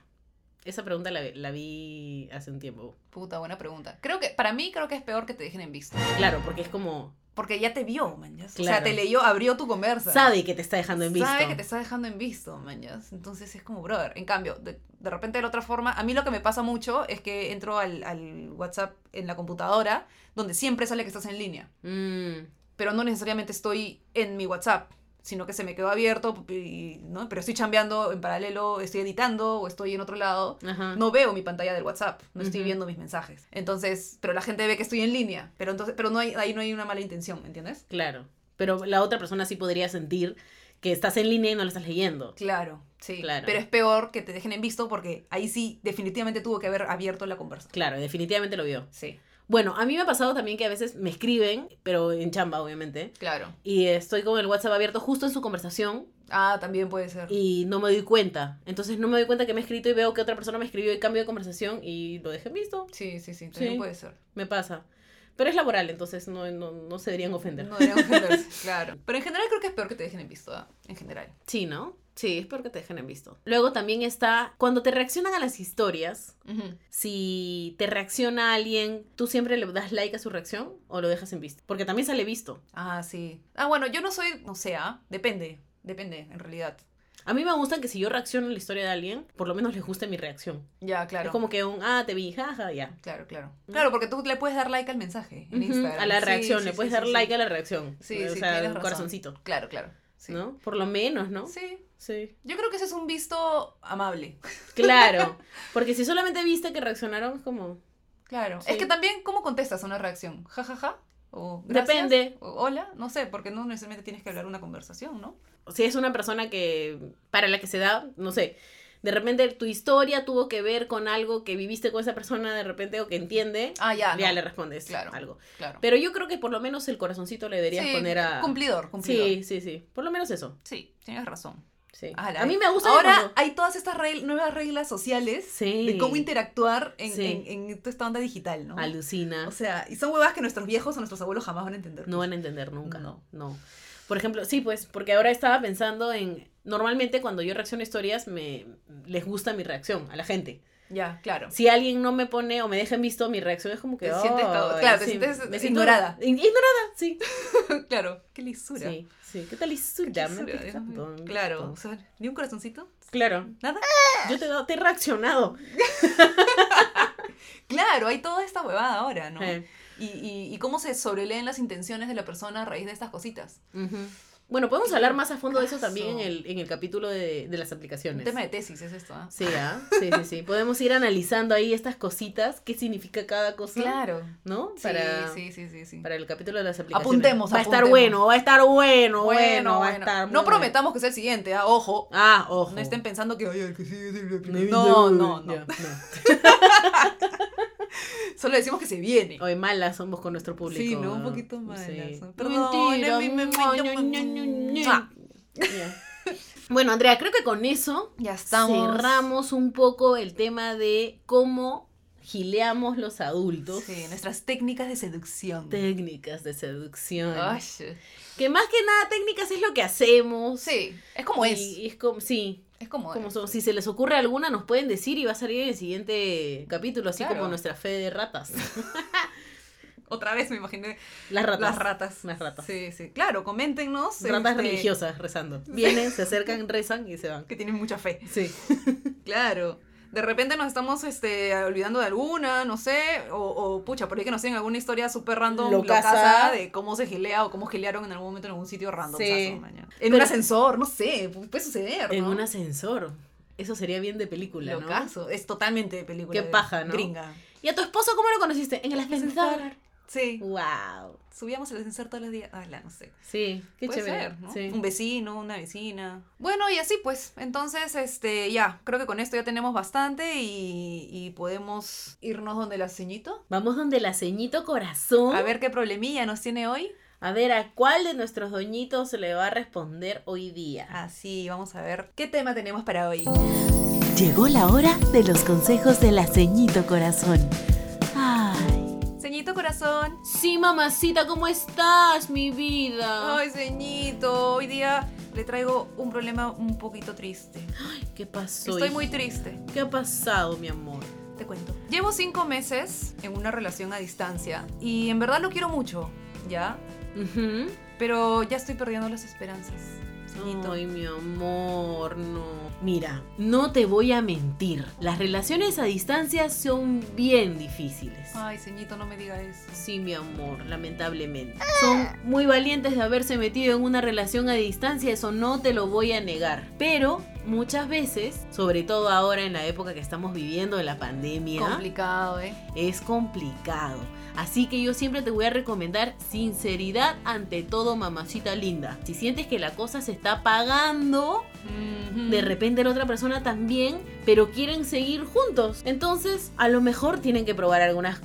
Esa pregunta la, la vi hace un tiempo. Puta, buena pregunta. Creo que, para mí, creo que es peor que te dejen en visto. Claro, porque es como, Porque ya te vio, mañas. O sea, Claro. te leyó, abrió tu conversa. sabe que te está dejando en visto. Sabe que te está dejando en visto, mañas. Entonces es como, brother. En cambio, de, de repente de la otra forma, a mí lo que me pasa mucho es que entro al, al WhatsApp en la computadora, donde siempre sale que estás en línea. Mm, Pero no necesariamente estoy en mi WhatsApp, sino que se me quedó abierto, y, ¿no? pero estoy chambeando en paralelo, estoy editando o estoy en otro lado. ajá. No veo mi pantalla del WhatsApp, no estoy Ujú. viendo mis mensajes. Entonces, pero la gente ve que estoy en línea, pero entonces, pero no hay, ahí no hay una mala intención, ¿me ¿entiendes? Claro, pero la otra persona sí podría sentir que estás en línea y no la estás leyendo. Claro, sí. Claro. Pero es peor que te dejen en visto porque ahí sí definitivamente tuvo que haber abierto la conversa. Claro, definitivamente lo vio. Sí, Bueno, a mí me ha pasado también que a veces me escriben, pero en chamba obviamente, claro. y estoy con el WhatsApp abierto justo en su conversación Ah, también puede ser. y no me doy cuenta. Entonces no me doy cuenta que me he escrito y veo que otra persona me escribió y cambio de conversación y lo dejen visto. Sí, sí, sí, también Sí. puede ser. Me pasa. Pero es laboral, entonces no, no, no se deberían ofender. No deberían ofenderse, claro. Pero en general creo que es peor que te dejen en visto, ¿ah? en general. Sí, ¿no? Sí, es porque te dejen en visto. Luego también está cuando te reaccionan a las historias, Ujú. Si te reacciona alguien, ¿tú siempre le das like a su reacción o lo dejas en visto? Porque también sale visto. Ah, sí. Ah, bueno, yo no soy, no sé, ¿ah? depende, depende, en realidad. A mí me gusta que si yo reacciono a la historia de alguien, por lo menos les guste mi reacción. Ya, claro. Es como que un, ah, te vi, jaja, ya. Claro, claro. Claro, porque tú le puedes dar like al mensaje en Ujú, Instagram. A la Sí, reacción, sí, le sí, puedes sí, dar sí. like a la reacción. Sí, o sí, sea, tienes un razón. corazoncito. Claro, claro. Sí. ¿No? Por lo menos, ¿no? Sí. Sí. Yo creo que ese es un visto amable. Claro. Porque si solamente viste que reaccionaron, es como. Claro. Sí. Es que también, ¿cómo contestas a una reacción? ¿Ja, ja, ja? ¿O gracias? Depende. ¿O hola? No sé, porque no necesariamente tienes que hablar una conversación, ¿no? Si es una persona que. para la que se da, no sé. De repente tu historia tuvo que ver con algo que viviste con esa persona de repente o que entiende. Ah, ya. ya no, le respondes Claro. algo. Claro. Pero yo creo que por lo menos el corazoncito le deberías Sí, poner a... Cumplidor, cumplidor. Sí, sí, sí. Por lo menos eso. Sí, tienes razón. Sí. Ala, a mí me gusta Ahora cuando- hay todas estas regl- nuevas reglas sociales Sí. de cómo interactuar en, Sí. en- en toda esta onda digital, ¿no? alucina. O sea, y son huevas que nuestros viejos o nuestros abuelos jamás van a entender. No van a entender nunca. No. No. Por ejemplo, sí, pues, porque ahora estaba pensando en. Normalmente cuando yo reacciono a historias, me les gusta mi reacción a la gente. Ya, claro. Si alguien no me pone o me deja en visto, mi reacción es como que. Te sientes "Ay, cao- claro, te sí, sientes me ignorada". in- Ignorada, sí. claro. Qué lisura. Sí, sí. ¿Qué tal Qué lisura? Me lisura, pica Dios mío. todo, Claro. todo. O sea, ni un corazoncito. Claro. Nada. Yo te, he dado- te he reaccionado. Claro, hay toda esta huevada ahora, ¿no? Eh, Y, y, y cómo se sobreleen las intenciones de la persona a raíz de estas cositas. ujú. Bueno, podemos hablar más a fondo de eso Caso. también en el, en el capítulo de, de las aplicaciones. Un tema de tesis es esto, ¿ah? Sí, ¿ah? sí, sí, sí. Podemos ir analizando ahí estas cositas, qué significa cada cosa, Claro. ¿no? Sí, Para, sí, sí, sí, sí. para el capítulo de las aplicaciones. Apuntemos, Va a estar apuntemos. bueno, va a estar bueno, bueno, va a bueno. estar. muy No bueno. prometamos que sea el siguiente, ¿ah? Ojo. Ah, ojo. No estén pensando que, "Ay, el que sigue es el No, primero". No, no, ya, no. Solo decimos que se viene. Hoy malas somos con nuestro público. Sí, ¿no? Un ¿ah? poquito malas son. Mentira. Perdónenme, me- me- me- Ya. Bueno, Andrea, creo que con eso Ya estamos. cerramos un poco el tema de cómo gileamos los adultos. Sí, nuestras técnicas de seducción. Técnicas de seducción. Ay, sí. Que más que nada técnicas es lo que hacemos. Sí, Pues. es como Y- es. y es como, sí, Es como, como es. son- si se les ocurre alguna nos pueden decir y va a salir en el siguiente capítulo, así Claro. como nuestra fe de ratas. Otra vez me imaginé Las ratas. las ratas. Las ratas. Sí, sí. Claro, coméntenos. Ratas este, religiosas rezando. Vienen, se acercan, rezan y se van. Que tienen mucha fe. Sí. Claro. De repente nos estamos este, olvidando de alguna, no sé, o, o, pucha, por ahí que nos tienen alguna historia súper random, Locaza. locaza. de cómo se gilea o cómo gilearon en algún momento en algún sitio random. Sí. sazo, maña. En un Pero- ascensor, no sé, pu- puede suceder. En ¿no? un ascensor. Eso sería bien de película, ¿no? Locazo. Es totalmente de película. Qué de- paja, ¿no? Gringa. ¿Y a tu esposo cómo lo conociste? En el ascensor. Sí. Wow. Subíamos al ascensor todos los días. Ah, la, no sé. Sí, qué Puede chévere. ser, ¿no? Sí. Un vecino, una vecina. Bueno, y así pues. Entonces, este, ya, creo que con esto ya tenemos bastante y, y podemos irnos donde la ceñito. Vamos donde la ceñito corazón. A ver qué problemilla nos tiene hoy. A ver, ¿a cuál de nuestros doñitos se le va a responder hoy día? Así, vamos a ver qué tema tenemos para hoy. Llegó la hora de los consejos de la ceñito corazón. Ay, Ceñito corazón. Sí, mamacita, ¿cómo estás, mi vida? Ay, ceñito, hoy día le traigo un problema un poquito triste. ¿Qué pasó? Estoy hija? muy triste. ¿Qué ha pasado, mi amor? Te cuento. Llevo cinco meses en una relación a distancia y en verdad lo quiero mucho, ¿ya? Ujú. Pero ya estoy perdiendo las esperanzas. Ceñito. Ay, mi amor, no. Mira, no te voy a mentir. Las relaciones a distancia son bien difíciles. Ay, ceñito, no me diga eso. Sí, mi amor, lamentablemente. Son muy valientes de haberse metido en una relación a distancia, eso no te lo voy a negar. Pero muchas veces, sobre todo ahora en la época que estamos viviendo de la pandemia, Complicado, ¿eh? es complicado. Así que yo siempre te voy a recomendar sinceridad ante todo, mamacita linda. Si sientes que la cosa se está pagando, Ujú. de repente la otra persona también, pero quieren seguir juntos. Entonces, a lo mejor tienen que probar algunas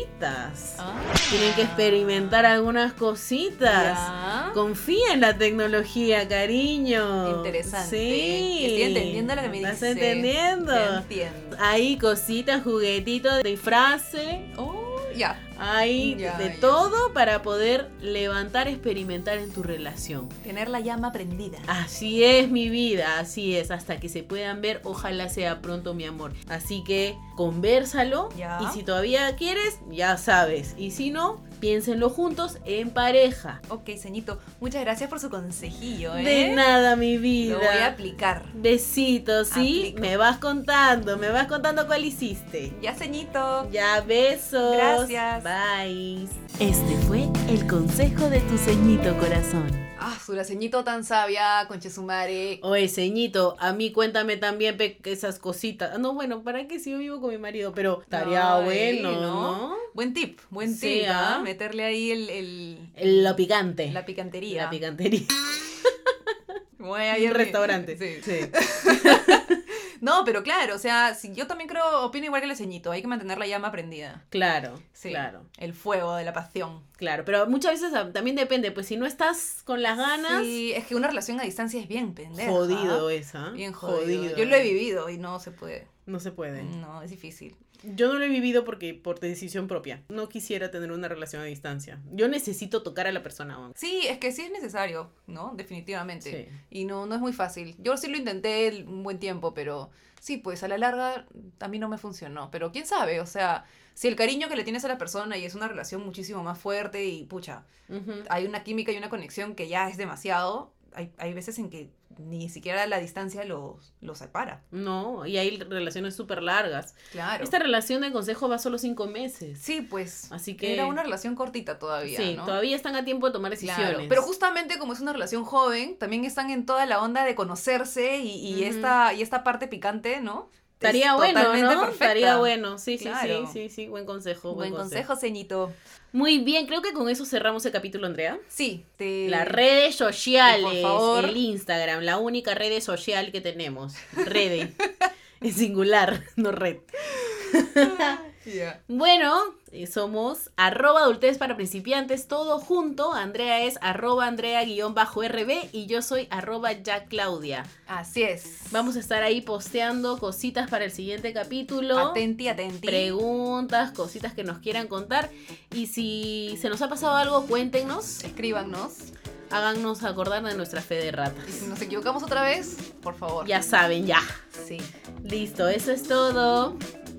cositas. Ah. Tienen que experimentar algunas cositas. Ya. Confía en la tecnología, cariño. Interesante. Sí. Estoy entendiendo lo que me ¿Estás dice. entendiendo? Ya entiendo. Hay cositas, juguetitos de frase. Oh, ya. Hay Ya, de ya. todo para poder levantar, experimentar en tu relación. Tener la llama prendida. Ah, Así es mi vida, así es. Hasta que se puedan ver, ojalá sea pronto, mi amor. Así que conversalo. Ya. Y si todavía quieres, ya sabes. Y si no, piénsenlo juntos en pareja. Ok, ceñito, muchas gracias por su consejillo, ¿eh? De nada, mi Lo voy a vida. aplicar. Besitos, ¿sí? Aplico. Me vas contando, me vas contando cuál hiciste. Ya, ceñito. Ya, besos. Gracias. Bye. este fue el consejo de tu ceñito corazón. Ah, su la ceñito tan sabia, conche su madre. Oye, ceñito, a mí cuéntame también pe- esas cositas. Ah, No, bueno, ¿para qué si yo vivo con mi marido? Pero estaría Ay, bueno, ¿no? ¿no? Buen tip, buen Sí, tip, ¿ah? ¿ah? Meterle ahí el, el- Lo picante. la picantería. La picantería. Voy ahí Un a mi- restaurante. Sí. Sí. No, pero claro, o sea, si yo también creo, opino igual que el ceñito, hay que mantener la llama prendida. Claro, Sí. claro, El fuego de la pasión. claro. Pero muchas veces ah, también depende, pues si no estás con las ganas, Sí, es que una relación a distancia es bien pendeja. jodido ¿eh? esa. Bien jodido. Yo lo he vivido Mm. y no se puede. No se puede. No, es difícil. Yo no lo he vivido porque por decisión propia. No quisiera tener una relación a distancia. Yo necesito tocar a la persona. aún. Sí, es que sí es necesario, ¿no? Definitivamente. Sí. Y no, no es muy fácil. Yo sí lo intenté el- un buen tiempo, pero sí, pues a la larga a mí no me funcionó. Pero quién sabe, o sea, si el cariño que le tienes a la persona y es una relación muchísimo más fuerte y pucha, Ujú. hay una química y una conexión que ya es demasiado, hay, hay veces en que ni siquiera la distancia los, los separa. No, y hay relaciones súper largas. Claro. Esta relación de consejo va solo cinco meses. Sí, pues. Así que- Era una relación cortita todavía. sí, ¿no? todavía están a tiempo de tomar Claro, decisiones. pero justamente como es una relación joven, también están en toda la onda de conocerse y, y Ujú. esta, y esta parte picante, ¿no? Estaría Es bueno, totalmente ¿no? perfecta. Estaría bueno, sí, sí, Claro. sí, sí, sí, buen consejo, Buen consejo, ceñito. Muy bien, creo que con eso cerramos el capítulo, Andrea. Sí, te... Las redes sociales, por favor. el Instagram, la única red social que tenemos, Rede, en singular, no red. Ya. Bueno, eh, somos arroba adultez para principiantes, todo junto. Andrea es arroba Andrea-RB y yo soy arroba ya Claudia. Así es. Vamos a estar ahí posteando cositas para el siguiente capítulo. Atenti, atenti. Preguntas, cositas que nos quieran contar. Y si se nos ha pasado algo, cuéntenos. Escríbanos. Háganos acordar de nuestra fe de rata. Y si nos equivocamos otra vez, por favor. Ya saben, ya. Sí. Listo, eso es todo.